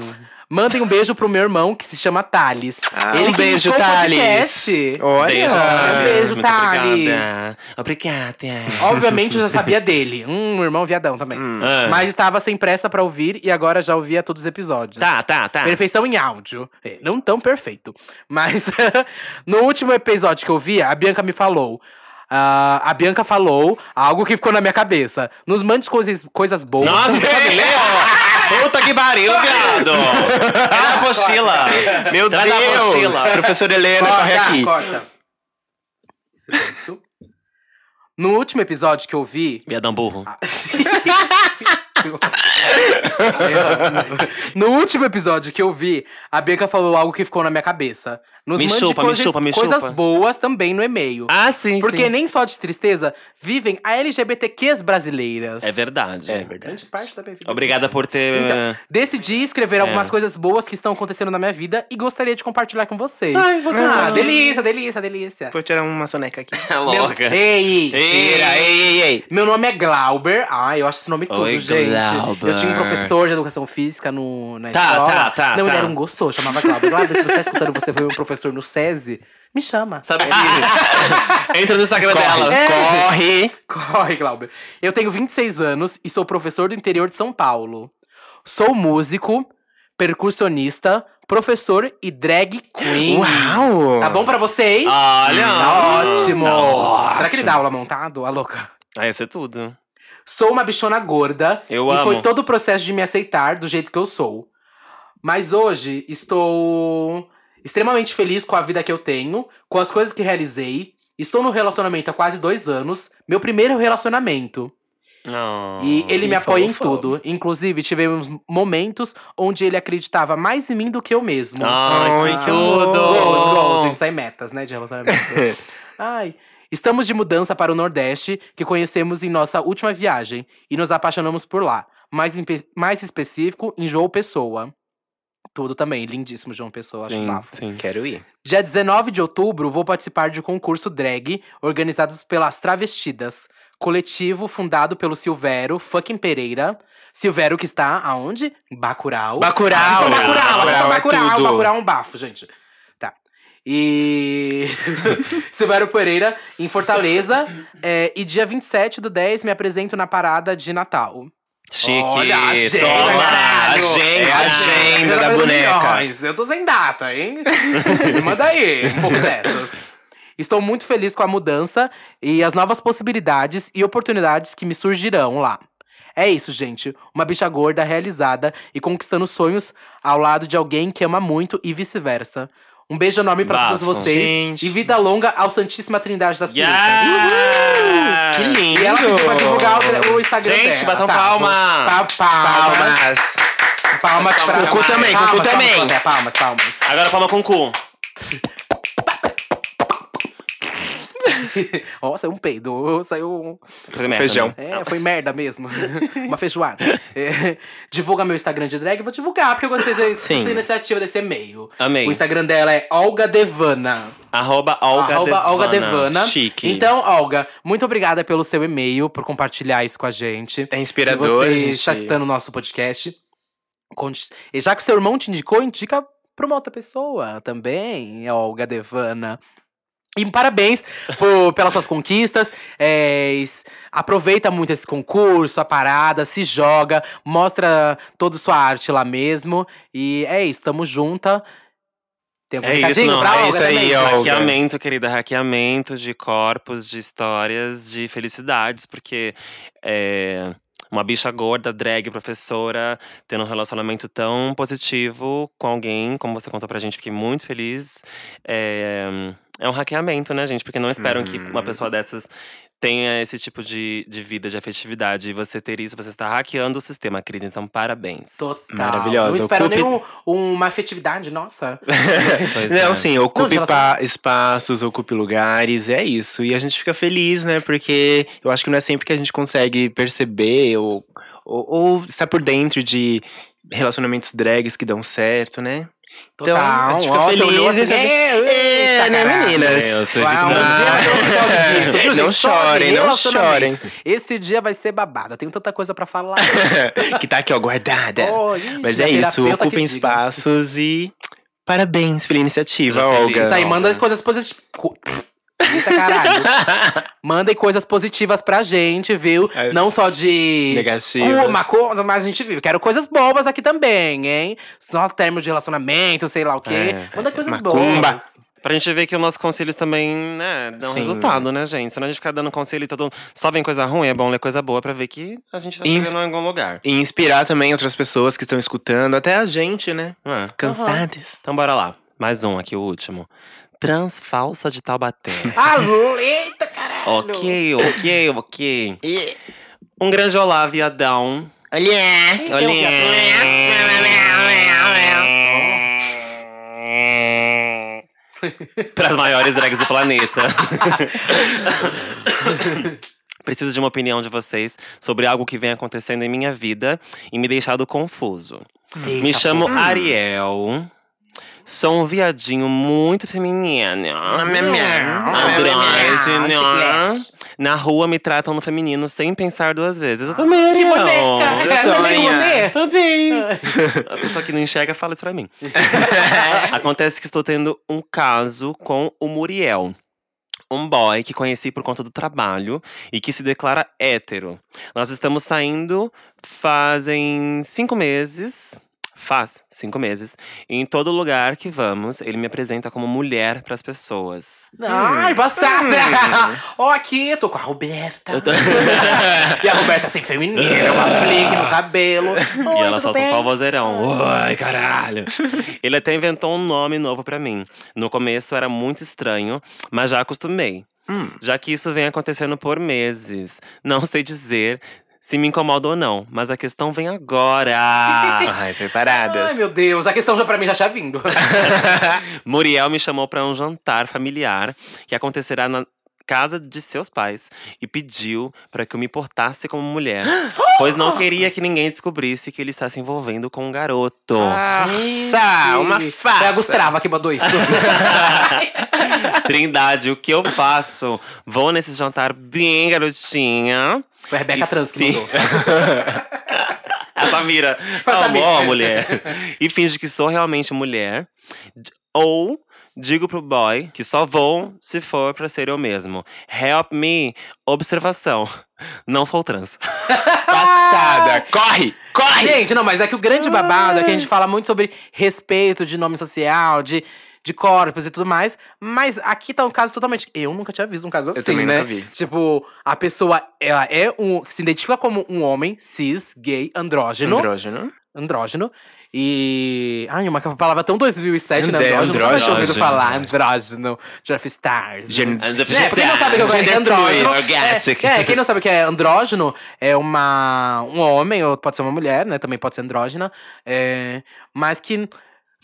C: Mandem um beijo pro meu irmão que se chama Thales.
A: Ah,
C: Ele
A: um
C: que
A: beijo,
C: indicou o
A: Thales.
C: podcast.
A: Olha.
B: Beijo, Thales.
C: Beijo,
B: Muito
C: Thales.
B: Obrigada. Obrigada.
C: Obviamente eu já sabia dele. Hum, irmão viadão também.
B: Ah.
C: Mas estava sem pressa pra ouvir e agora já ouvia todos os episódios.
B: Tá, tá, tá.
C: Perfeição em áudio. É, não tão perfeito. Mas no último episódio que eu vi, a Bianca me falou. Ah, a Bianca falou algo que ficou na minha cabeça. Nos mande coisas, coisas boas.
B: Nossa, você sabe ler, ó. Puta que pariu, viado. Traz É a apostila.
A: Meu
B: Traz a
A: Deus!
B: apostila.
A: Professora Helena,
C: Corta,
B: é
A: corre aqui.
C: corta. Silêncio. No último episódio que eu vi,
B: Viadão burro.
C: no último episódio que eu vi, a Bianca falou algo que ficou na minha cabeça. Nos
B: Me
C: mande
B: chupa, me
C: coisas,
B: chupa, me
C: coisas
B: chupa.
C: boas também no e-mail.
B: Ah, sim,
C: porque
B: sim.
C: nem só de tristeza vivem a LGBTQs brasileiras.
B: É verdade.
C: Grande parte da minha vida.
B: Obrigada por ter...
C: Então, decidi escrever
B: É.
C: algumas coisas boas que estão acontecendo na minha vida e gostaria de compartilhar com vocês.
A: Ai, você
C: ah,
A: não.
C: delícia, delícia, delícia.
A: Vou tirar uma soneca aqui.
B: É
C: Meu-
B: louca.
C: Ei!
A: Tira, ei, ei, ei.
C: Meu nome é Glauber. Ai, eu acho esse nome tudo,
B: Oi,
C: gente.
B: Glauber.
C: Eu tinha um professor de educação física no, na
B: Tá,
C: escola.
B: tá, tá,
C: Não,
B: tá.
C: ele era um gostoso, chamava Glauber. Glauber, se você tá escutando, você foi meu professor um no SESI. Me chama.
B: Sabe que... Entra no Instagram dela.
A: Corre,
C: É.
A: corre.
C: Corre, Glauber. Eu tenho 26 anos e sou professor do interior de São Paulo. Sou músico, percussionista, professor e drag queen.
A: Uau!
C: Tá bom pra vocês?
B: Olha!
C: Tá ótimo.
B: Tá
C: Será que
B: ótimo.
C: ele dá aula montado? A louca.
B: Ah, isso é tudo.
C: Sou uma bichona gorda.
B: Eu
C: e
B: amo.
C: foi todo o processo de me aceitar do jeito que eu sou. Mas hoje estou extremamente feliz com a vida que eu tenho, com as coisas que realizei. Estou no relacionamento há quase dois anos, meu primeiro relacionamento.
B: Não.
C: E ele
A: Ih,
C: me apoia em
A: falou,
C: tudo. Inclusive, tivemos momentos onde ele acreditava mais em mim do que eu mesmo.
B: Ah, Ai,
A: Ai,
B: que
A: que
C: Goals, goals,
B: tudo!
C: gente, sai metas, né, de relacionamento. Ai. Estamos de mudança para o Nordeste, que conhecemos em nossa última viagem, e nos apaixonamos por lá. Mais, em pe- mais específico, em João Pessoa. Tudo também, lindíssimo João Pessoa, acho
B: Sim,
C: bafo.
B: sim.
A: Quero ir.
C: Dia 19 de outubro, vou participar de um concurso drag organizado pelas Travestidas, coletivo fundado pelo Silvero fucking Pereira. Silvero que está aonde? Bacurau.
A: Bacurau!
C: Assistam Bacurau, assistam
A: Bacurau é
C: Bacurau.
A: tudo.
C: Bacurau é um bafo, gente. Tá. E. Silvério Pereira, em Fortaleza. É, e dia 27 do 10, me apresento na parada de Natal.
B: Chique!
C: Olha, agenda,
B: Toma! É
C: caralho.
B: Agenda!
A: É
C: Ah,
A: agenda da
C: eu tô dando
A: boneca.
C: milhões. Eu tô sem data, hein? Me Manda aí, um pouco dessas. Estou muito feliz com a mudança e as novas possibilidades e oportunidades que me surgirão lá. É isso, gente. Uma bicha gorda realizada e conquistando sonhos ao lado de alguém que ama muito e vice-versa. Um beijo enorme pra todos
B: Bafo.
C: vocês.
A: Gente.
C: E vida longa ao Santíssima Trindade das Piritas.
B: Yeah!
A: Que lindo!
C: E ela pediu pra divulgar o, o Instagram
B: Gente,
C: dela.
B: batam
C: tá,
B: palma.
C: vou- Pa palmas.
A: Palmas!
C: Palmas pra
A: Cucu
C: Palmas,
A: também,
C: palmas,
A: Cucu
C: palmas,
A: também.
C: Cláudia, Palmas, palmas.
B: Agora palma com o cu.
C: Ó, saiu um peido, saiu um...
B: Fazer merda,
A: Feijão.
B: né?
C: É, foi merda mesmo. Uma feijoada. É, divulga meu Instagram de drag, eu vou divulgar, porque eu gostei dessa
A: Sim.
C: iniciativa, desse e-mail.
B: Amei.
C: O Instagram dela é Olga Devana.
B: Arroba Olga
C: Arroba
B: Devana.
C: Olga Devana.
A: Chique.
C: Então, Olga, muito obrigada pelo seu e-mail, por compartilhar isso com a gente.
A: É
C: E
A: inspirador,
C: você
A: gente.
C: está escutando o nosso podcast. Conte- E já que seu irmão te indicou, indica pra uma outra pessoa também, Olga Devana. E parabéns por- pelas suas conquistas. É, es- aproveita muito esse concurso, a parada, se joga, mostra toda sua arte lá mesmo. E é isso, tamo junta. Tem algum
B: É isso,
C: recadinho
B: não,
C: pra
A: é
C: Olga
A: isso aí,
C: também?
A: Olga.
B: Hackeamento, querida, hackeamento de corpos, de histórias, de felicidades, porque é, uma bicha gorda, drag, professora, tendo um relacionamento tão positivo com alguém, como você contou pra gente, fiquei muito feliz. É, é um hackeamento, né, gente? Porque não esperam que
A: Uhum.
B: uma pessoa dessas tenha esse tipo de, de vida, de afetividade. E você ter isso, você está hackeando o sistema, querida. Então, parabéns.
C: Total.
A: Maravilhosa.
C: Não
A: O
C: espero
A: Cupi-
C: nenhum uma afetividade, nossa.
B: Pois
A: Não,
B: é.
A: sim, ocupe
C: Não, de
A: pa- espaços, ocupe lugares, é isso. E a gente fica feliz, né? Porque eu acho que não é sempre que a gente consegue perceber ou, ou, ou estar por dentro de relacionamentos drags que dão certo, né? Então, a
C: Total.
A: gente fica
C: Nossa,
A: feliz,
C: olhou assim,
A: e sabe-
C: é,
A: É, né, meninas?
B: Eu tô
C: Uau, um
B: evitando.
C: dia eu falo disso, viu,
A: É. Não
C: gente?
A: chorem, não
C: relacionamentos.
A: chorem.
C: Esse dia vai ser babado. Eu tenho tanta coisa pra falar.
A: que tá aqui, ó, guardada.
C: Oh, gente,
A: Mas
C: minha
A: é isso,
C: terapeuta que
A: ocupem
C: diga.
A: espaços e parabéns pela iniciativa,
B: Já feliz.
A: Olga.
C: Isso aí, manda as
B: Não.
C: coisas positivas. Eita, caralho. Mandem coisas positivas pra gente, viu?
A: É.
C: Não só de.
A: Negativa.
C: Uma coisa, mas a gente viu. Quero coisas boas aqui também, hein? Só termo de relacionamento, sei lá o quê.
B: É.
C: Manda coisas
A: Macumba.
C: boas.
B: Pra gente ver que os nossos conselhos também, né, dão
A: Sim.
B: resultado, né, gente? Senão a gente fica dando conselho e todo mundo só vem coisa ruim, é bom ler coisa boa pra ver que a gente tá
A: Ins-
B: chegando em algum lugar.
A: E inspirar também outras pessoas que estão escutando, até a gente, né?
B: É.
A: Cansadas.
B: Então bora lá. Mais um aqui, o último. Transfalsa de Taubaté.
C: Alô, Ah, eita, caralho.
B: ok, ok, ok. Um grande olá, viadão.
A: Olha!
B: Para as maiores drags do planeta. Preciso de uma opinião de vocês sobre algo que vem acontecendo em minha vida e me deixado confuso.
C: Eita,
B: Me chamo
C: porra.
B: Ariel. Sou um viadinho muito feminino. Android, né? Na rua me tratam no feminino sem pensar duas vezes. Eu também era,
C: Ah, boneca!
A: eu
C: Também
A: sonho.
C: é você?
B: Também. A pessoa que não enxerga fala isso pra mim. Acontece que estou tendo um caso com o Muriel. Um boy que conheci por conta do trabalho e que se declara hétero. Nós estamos saindo fazem cinco meses. Faz cinco meses. E em todo lugar que vamos, ele me apresenta como mulher pras pessoas.
C: Ai,
A: Hum.
C: passada! Ó, aqui, tô com a Roberta.
B: Eu tô-
C: e a Roberta sem feminina, um aplique no cabelo.
B: E ela solta só o vozeirão. Ai, caralho. Ele até inventou um nome novo pra mim. No começo era muito estranho, mas já acostumei.
A: Hum.
B: Já que isso vem acontecendo por meses. Não sei dizer se me incomoda ou não, mas a questão vem agora.
A: Ai, preparadas.
C: Ai, meu Deus, a questão já pra mim já está vindo.
B: Muriel me chamou pra um jantar familiar que acontecerá na casa de seus pais e pediu pra que eu me portasse como mulher, pois não queria que ninguém descobrisse que ele está se envolvendo com um garoto.
C: Ah.
A: Nossa, Ah, uma
C: Ih,
A: farsa.
C: Foi a Gustrava que mandou isso.
B: Trindade, o que eu faço? Vou nesse jantar bem garotinha.
C: Foi a Rebeca
B: E
C: Trans que
B: fi-
C: mandou.
B: A Samira.
C: Foi a Samira.
B: Amor, mulher. E finge que sou realmente mulher. D- Ou digo pro boy que só vou se for pra ser eu mesmo. Help me. Observação. Não sou trans.
A: Passada. Corre, corre.
C: Ah! Gente, não, mas é que o grande babado é que a gente fala muito sobre respeito de nome social, de, de corpos e tudo mais. Mas aqui tá um caso totalmente. Eu nunca tinha visto um caso assim,
A: também
C: né?
A: nunca vi.
C: Tipo, a pessoa, ela é um. se identifica como um homem cis, gay, andrógeno.
A: Andrógeno.
C: andrógeno. E. Ai, uma palavra tão 2007, né?
A: André,
C: Andrógeno. Nunca tinha ouvido
B: andrógeno.
C: falar. Andrógeno. Jeff Stars.
A: Gen-
C: É, pra quem não sabe o que é
A: Gender
C: andrógeno.
A: fluid, orgastic.
C: É, é, quem não sabe o que é andrógeno é uma um homem, ou pode ser uma mulher, né? Também pode ser andrógena. é, mas que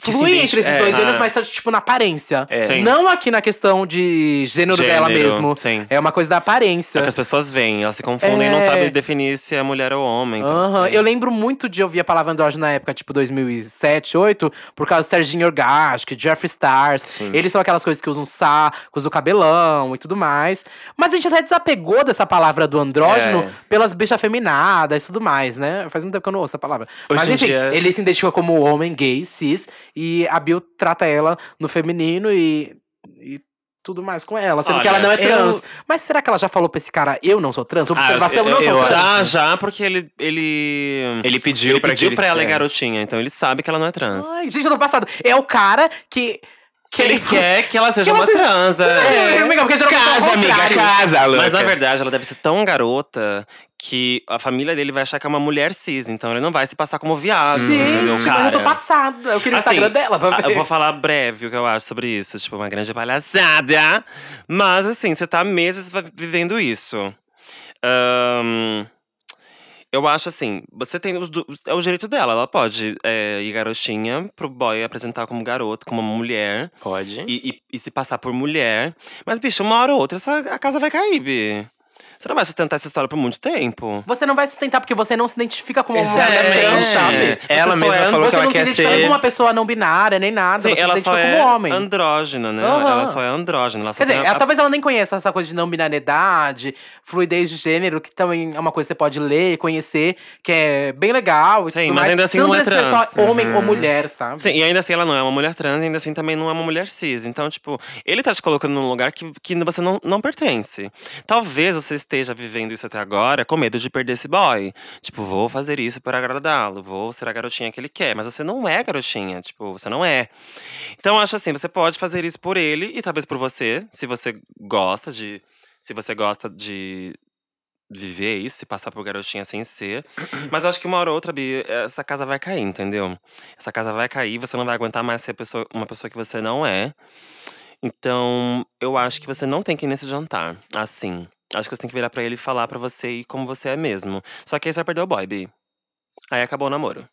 A: Que se
C: flui
A: identi-
C: entre esses
A: é,
C: dois
B: ah.
C: gêneros, mas só, tipo na aparência.
A: É.
B: Sim.
C: Não aqui na questão de gênero, dela
B: Gênero,
C: mesmo.
B: sim.
C: É uma coisa da aparência.
B: É que as pessoas veem, elas se confundem e não
C: É.
B: sabem definir se é mulher ou homem. então
C: Aham,
B: é
C: Eu
B: isso.
C: lembro muito de ouvir a palavra andrógeno na época, tipo 2007, 2008, por causa do Serginho Orgastic, Jeffree Stars.
A: Sim.
C: Eles são aquelas coisas que usam sacos, o cabelão e tudo mais. Mas a gente até desapegou dessa palavra do andrógeno
A: É.
C: pelas bichas feminadas e tudo mais, né? Faz muito tempo que eu não ouço essa palavra.
A: Hoje
C: Mas
A: em
C: enfim,
A: dia-
C: ele se identifica como um homem gay, cis, e a Bill trata ela no feminino e. e tudo mais com ela, sendo que
B: Olha,
C: ela não é
A: eu- Ah,
C: trans. Mas será que ela já falou pra esse cara, eu não sou trans? Observação,
B: Ah, eu-
C: não sou
A: eu
C: trans.
B: Já, já, porque ele. Ele,
A: Ele pediu pra que
B: pediu pra ela é
A: é.
B: garotinha, então ele sabe que ela não é trans.
C: Ai, gente, eu tô passado. É o cara que.
B: que ele quer que ela seja
C: ela
B: uma
C: seja-
B: trans. é.
C: É, amiga, porque geralmente é o
A: Casa, amiga,
C: contrário.
A: casa, louca.
B: Mas na verdade, ela deve ser tão garota que a família dele vai achar que é uma mulher cis, então ele não vai se passar como viado, Hum, entendeu?
C: Gente, mas
B: Cara.
C: eu tô passada. Eu queria o
B: Assim,
C: Instagram dela pra
B: Ah,
C: ver.
B: Eu vou falar breve o que eu acho sobre isso. Tipo, uma grande palhaçada. Mas, assim, você tá há meses va- vivendo isso. Ahn, eu acho assim, você tem os du- é o direito dela. Ela pode é, ir garotinha pro boy apresentar como garoto, como uma mulher.
A: Pode.
B: E, e- e se passar por mulher. Mas, bicho, uma hora ou outra, essa, a casa vai cair, bi. Você não vai sustentar essa história por muito tempo.
C: Você não vai sustentar porque você não se identifica como uma
A: Exatamente.
C: mulher trans, sabe?
B: É.
A: Ela
B: Você só
A: mesma
B: é-
A: falou
C: você
A: que ela
C: não se
A: quer
C: identifica
A: ser.
C: como uma pessoa não binária, nem nada.
B: Sim,
C: você
B: ela
C: se
B: só
C: identifica
B: é
C: como homem.
B: andrógena, né?
C: Aham.
B: Ela só é andrógena. Ela só
C: Quer dizer,
B: tem a-
C: ela,
B: a-
C: talvez ela nem conheça essa coisa de não binariedade, fluidez de gênero, que também é uma coisa que você pode ler e conhecer, que é bem legal. e
B: Sim,
C: tudo
B: mas
C: mais.
B: ainda assim
C: Você
B: não é
C: precisa ser só
B: trans.
C: homem ou mulher, sabe?
B: Sim, e ainda assim ela não é uma mulher trans, e ainda assim também não é uma mulher cis. Então, tipo, ele tá te colocando num lugar que, que você não, não pertence. Talvez você esteja vivendo isso até agora com medo de perder esse boy. Tipo, vou fazer isso para agradá-lo, vou ser a garotinha que ele quer. Mas você não é garotinha, tipo, você não é. Então, eu acho assim, você pode fazer isso por ele e talvez por você, se você gosta de. Se você gosta de viver isso, se passar por garotinha sem ser. Mas eu acho que uma hora ou outra, Bi, essa casa vai cair, entendeu? Essa casa vai cair, você não vai aguentar mais ser a pessoa- uma pessoa que você não é. Então, eu acho que você não tem que ir nesse jantar, assim. Acho que você tem que virar pra ele e falar pra você ir como você é mesmo. Só que aí você vai perder o boy, Bi. Aí acabou o namoro.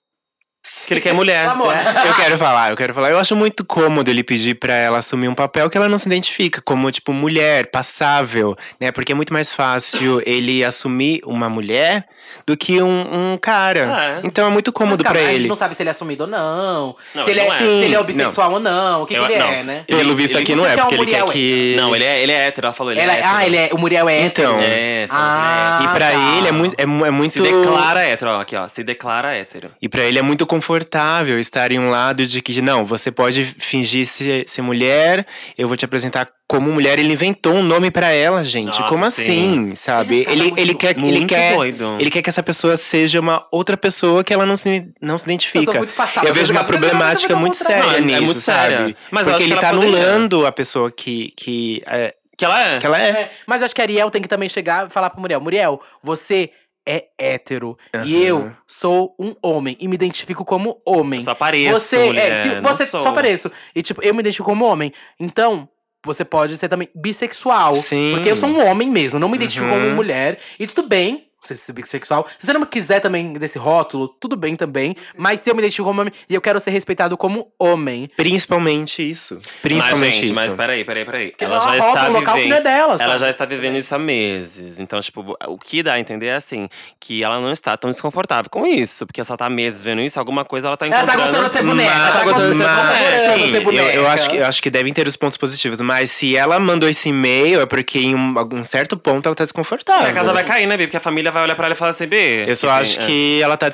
B: Que ele quer mulher.
C: Lamona.
A: Eu quero falar, eu quero falar. Eu acho muito cômodo ele pedir pra ela assumir um papel que ela não se identifica, como, tipo, mulher, passável, né? Porque é muito mais fácil ele assumir uma mulher do que um, um cara.
B: Ah, é.
A: Então é muito cômodo
C: Mas, cara,
A: pra
C: A gente
A: ele.
C: não sabe se ele é assumido ou não.
B: Não,
C: se, ele é,
B: não é.
C: se ele é
A: Não.
C: bissexual ou não. O que, que
B: Eu-
C: ele é,
B: não.
C: né?
A: Pelo visto
B: ele-
A: aqui não
C: você
A: é,
C: quer
A: porque
C: uma
A: ele quer
C: mulher,
A: que.
B: Não, ele é, ele é hétero, ela falou, ele
C: Ela-
B: é hétero.
C: ah, ele é, o Muriel é hétero.
A: Então.
B: É,
C: Ah.
B: ah,
A: E pra
C: tá.
A: ele é muito. É, mu- é muito
B: Se declara hétero, ó, aqui, ó. Se declara hétero.
A: E pra ele é muito confortável estar em um lado de que, não, você pode fingir ser, ser mulher, eu vou te apresentar como mulher. Ele inventou um nome pra ela, gente.
B: Nossa,
A: como
B: sim.
A: assim, sabe?
C: Esse cara é
A: Ele,
C: muito
A: ele quer, ele,
B: Muito
A: quer,
B: doido.
A: ele quer que essa pessoa seja uma outra pessoa que ela não se, não se
B: É.
C: Eu tô
A: identifica.
C: muito passada.
A: eu vejo uma
C: Mas eu não
A: problemática
C: vou
A: muito
C: fazer nada.
A: séria
B: Não, é
A: nisso,
B: muito
A: sabe?
B: séria. Mas eu acho
A: Porque
B: que
A: ele
B: ela
A: tá
B: poderia.
A: anulando a pessoa que, que, é,
B: Que ela é.
A: que ela é.
C: É, mas acho que a Ariel tem que também chegar e falar pro Muriel: Muriel, você é hétero. E eu sou um homem. E me identifico como homem.
B: Eu só pareço
C: você
B: mulher,
C: é, se-
B: não
C: você
B: sou.
C: só pareço. E tipo, eu me identifico como homem. Então, você pode ser também bissexual.
A: Sim.
C: Porque eu sou um homem mesmo, não me identifico
A: Uhum.
C: como mulher. E tudo bem você ser bissexual. Se você não quiser também desse rótulo, tudo bem também. Mas se eu me identifico como homem e eu quero ser respeitado como homem.
A: Principalmente isso. Principalmente
B: mas, gente,
A: isso.
B: Mas peraí, peraí, peraí.
C: Porque
B: Ela
C: não
B: já
C: é um rótulo,
B: está
C: local que não é
B: vivendo.
C: dela,
B: Ela
C: sabe?
B: já está vivendo isso há meses. Então, tipo, o que dá a entender é assim: que ela não está tão desconfortável com isso. Porque se ela tá há meses vendo isso, alguma coisa ela tá
C: Ela
B: encontrando.
C: tá gostando de ser boneca.
A: Mas-
C: ela tá gostando de ser boneca.
A: mas-
C: ela tá gostando de ser
A: sim, eu,
C: boneca.
A: eu acho que, eu acho que devem ter os pontos positivos. Mas se ela mandou esse e-mail, é porque em um, algum certo ponto ela tá desconfortável.
B: A casa vai cair, né, Bi? Porque a família vai olhar pra ela e falar assim, Bi.
A: Eu só
B: tem-
A: acho
B: é.
A: que ela tá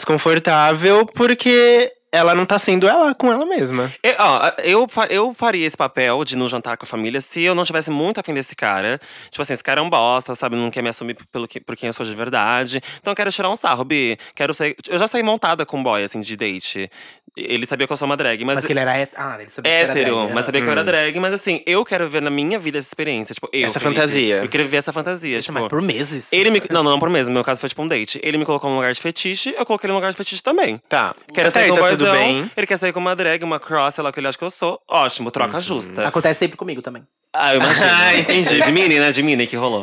A: desconfortável porque ela não tá sendo ela com ela mesma.
B: Eu, É, ó, eu, fa- eu faria esse papel de não jantar com a família se eu não tivesse muito afim desse cara. Tipo assim, esse cara é um bosta, sabe? Não quer me assumir pelo que, por quem eu sou de verdade. Então eu quero tirar um sarro, Bi. Quero ser. Eu já saí montada com um boy, assim, de date. Ele sabia que eu sou uma drag, mas.
C: Mas que ele era hétero. Ah, ele sabia que era
B: Hétero,
C: drag, né?
B: mas tá sabia que eu era drag, mas assim, eu quero viver na minha vida essa experiência. Tipo, eu,
A: Essa
B: Felipe,
A: fantasia.
B: Eu queria viver essa fantasia.
C: Gente,
B: Tipo,
C: Mas por meses.
B: ele me.
C: né?
B: Não, não, por mesmo. Meu caso foi tipo um date. Ele me colocou num lugar de fetiche, eu coloquei ele num lugar de fetiche também.
A: Tá.
B: Quero
A: Até
B: sair
A: aí,
B: com um
A: tá
B: boyzão,
A: tudo bem.
B: ele quer sair com uma drag, uma cross, sei lá o que ele acha que eu sou. Ótimo, troca justa.
C: Acontece sempre comigo também.
B: Ah, eu imagino.
A: Uhum. Ah, entendi.
B: De mini, né? De mini que rolou.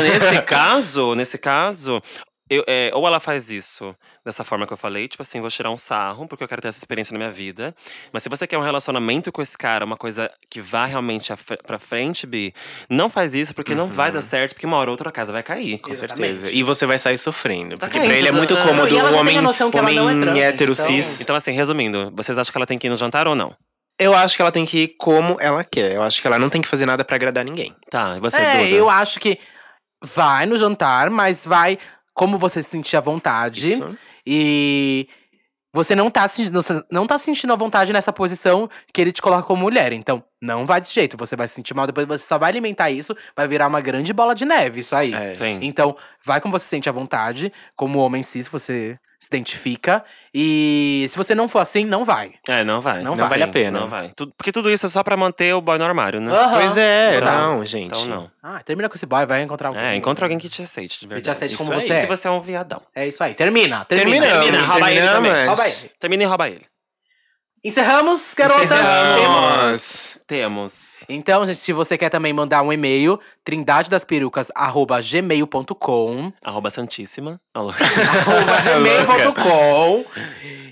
B: nesse caso, nesse caso… eu- é, ou ela faz isso dessa forma que eu falei, tipo assim, vou tirar um sarro, porque eu quero ter essa experiência na minha vida. Mas se você quer um relacionamento com esse cara, uma coisa que vá realmente a fre- pra frente, Bi, não faz isso, porque não vai
A: Uhum.
B: dar certo, porque uma hora ou outra a casa vai cair.
A: Com
C: Exatamente. Tá
A: certeza. E você vai sair sofrendo. Porque
B: caindo,
A: pra ele é muito
B: né?
A: cômodo
C: E
A: um
C: ela já tem
A: homem,
C: a noção que ela
A: homem
C: não é trans,
A: hétero
C: então-
A: cis.
B: Então, assim, resumindo, vocês acham que ela tem que ir no jantar ou não?
A: Eu acho que ela tem que ir como ela quer. Eu acho que ela não tem que fazer nada pra agradar ninguém.
B: Tá, e você,
C: É,
B: Duda?
C: eu acho que vai no jantar, mas vai como você se sentir à vontade.
A: Isso.
C: E você não tá, se, você não tá se sentindo à vontade nessa posição que ele te coloca como mulher. Então, não vai desse jeito. Você vai se sentir mal, depois você só vai alimentar isso, vai virar uma grande bola de neve, isso aí.
A: É.
B: Sim.
C: Então, vai como você se sente à vontade, como homem cis, você se identifica. E se você não for assim, não vai.
B: É, não vai.
C: Não Não vai.
A: vale a pena.
B: Não vai. Tu- Porque tudo isso é só pra manter o boy no armário, né?
C: Aham.
A: Pois é,
C: Não dá.
A: não, gente.
B: Então não.
C: Ah, termina com esse boy, vai encontrar alguém.
B: É, encontra alguém que te aceite, de verdade.
C: aceite como
B: Isso
C: você
B: aí,
C: é.
B: Que você é um viadão.
C: É isso aí. Termina, termina.
A: Terminamos,
B: Termina, rouba ele também.
A: terminamos.
C: Rouba ele.
B: Termina e rouba ele.
C: Encerramos, garotas.
B: Encerramos.
C: Temos-
A: Nossa.
B: Temos.
C: Então, gente, se você quer também mandar um e-mail, trindadedasperucas@gmail.com,
B: Arroba Santíssima. Alô.
C: arroba gmail.com.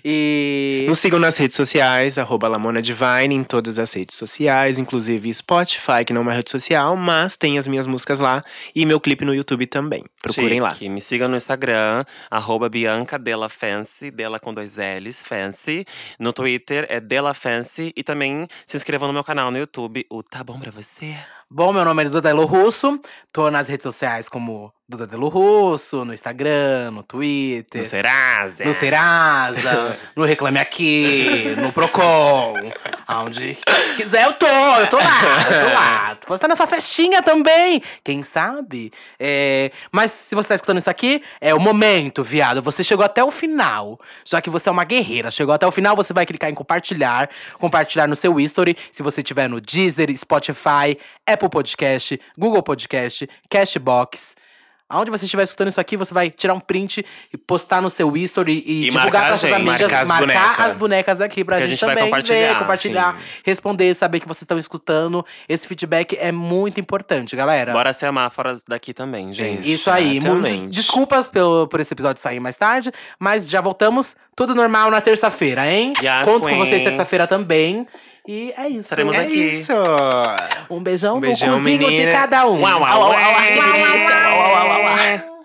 C: E
A: Nos sigam nas redes sociais, arroba Lamona Divine, em todas as redes sociais, inclusive Spotify, que não é uma rede social, mas tem as minhas músicas lá e meu clipe no YouTube também. Procurem lá.
B: Chique. Me sigam no Instagram, arroba Bianca Della Fancy, Della com dois L's, Fancy. No Twitter é Della Fancy. E também se inscrevam no meu canal no YouTube, o Tá Bom Pra Você.
C: bom, meu nome é Duda Delo Russo. Tô nas redes sociais como Duda Delo Russo, no Instagram, no Twitter.
B: No Serasa.
C: No Serasa, no Reclame Aqui, no Procon, aonde quiser eu tô, eu tô lá, eu tô lá. Tô postando essa festinha também, quem sabe? É, mas se você tá escutando isso aqui, é o momento, viado. Você chegou até o final, já que você é uma guerreira. Chegou até o final, você vai clicar em compartilhar, compartilhar no seu history, se você tiver no Deezer, Spotify, Apple Podcast, Google Podcast, Cashbox, Aonde você estiver escutando isso aqui, você vai tirar um print e postar no seu history e,
B: E
C: divulgar
B: marcar
C: para
B: a
C: suas
B: gente.
C: amigas, marcar,
A: Marcar
C: as,
A: as
C: bonecas.
A: bonecas.
C: aqui pra
B: Porque
C: gente,
B: a gente vai
C: também
B: compartilhar,
C: ver, compartilhar, responder, saber que vocês estão escutando. Esse feedback é muito importante, galera.
B: Bora se amar fora daqui também, gente.
C: Isso aí,
A: Exatamente.
C: muito, desculpas pelo, por esse episódio sair mais tarde, mas já voltamos, tudo normal na terça-feira, hein?
B: Yes,
C: Conto com
B: queen.
C: vocês terça-feira também. E é isso.
B: Estaremos
A: É
B: aqui.
A: isso.
C: Um beijão, um
A: Um beijão,
C: beijão, de
A: menina.
C: cada um.
B: Uau, uau, uau, uau, uau, uau, uau, uau, uau, uau.
A: É.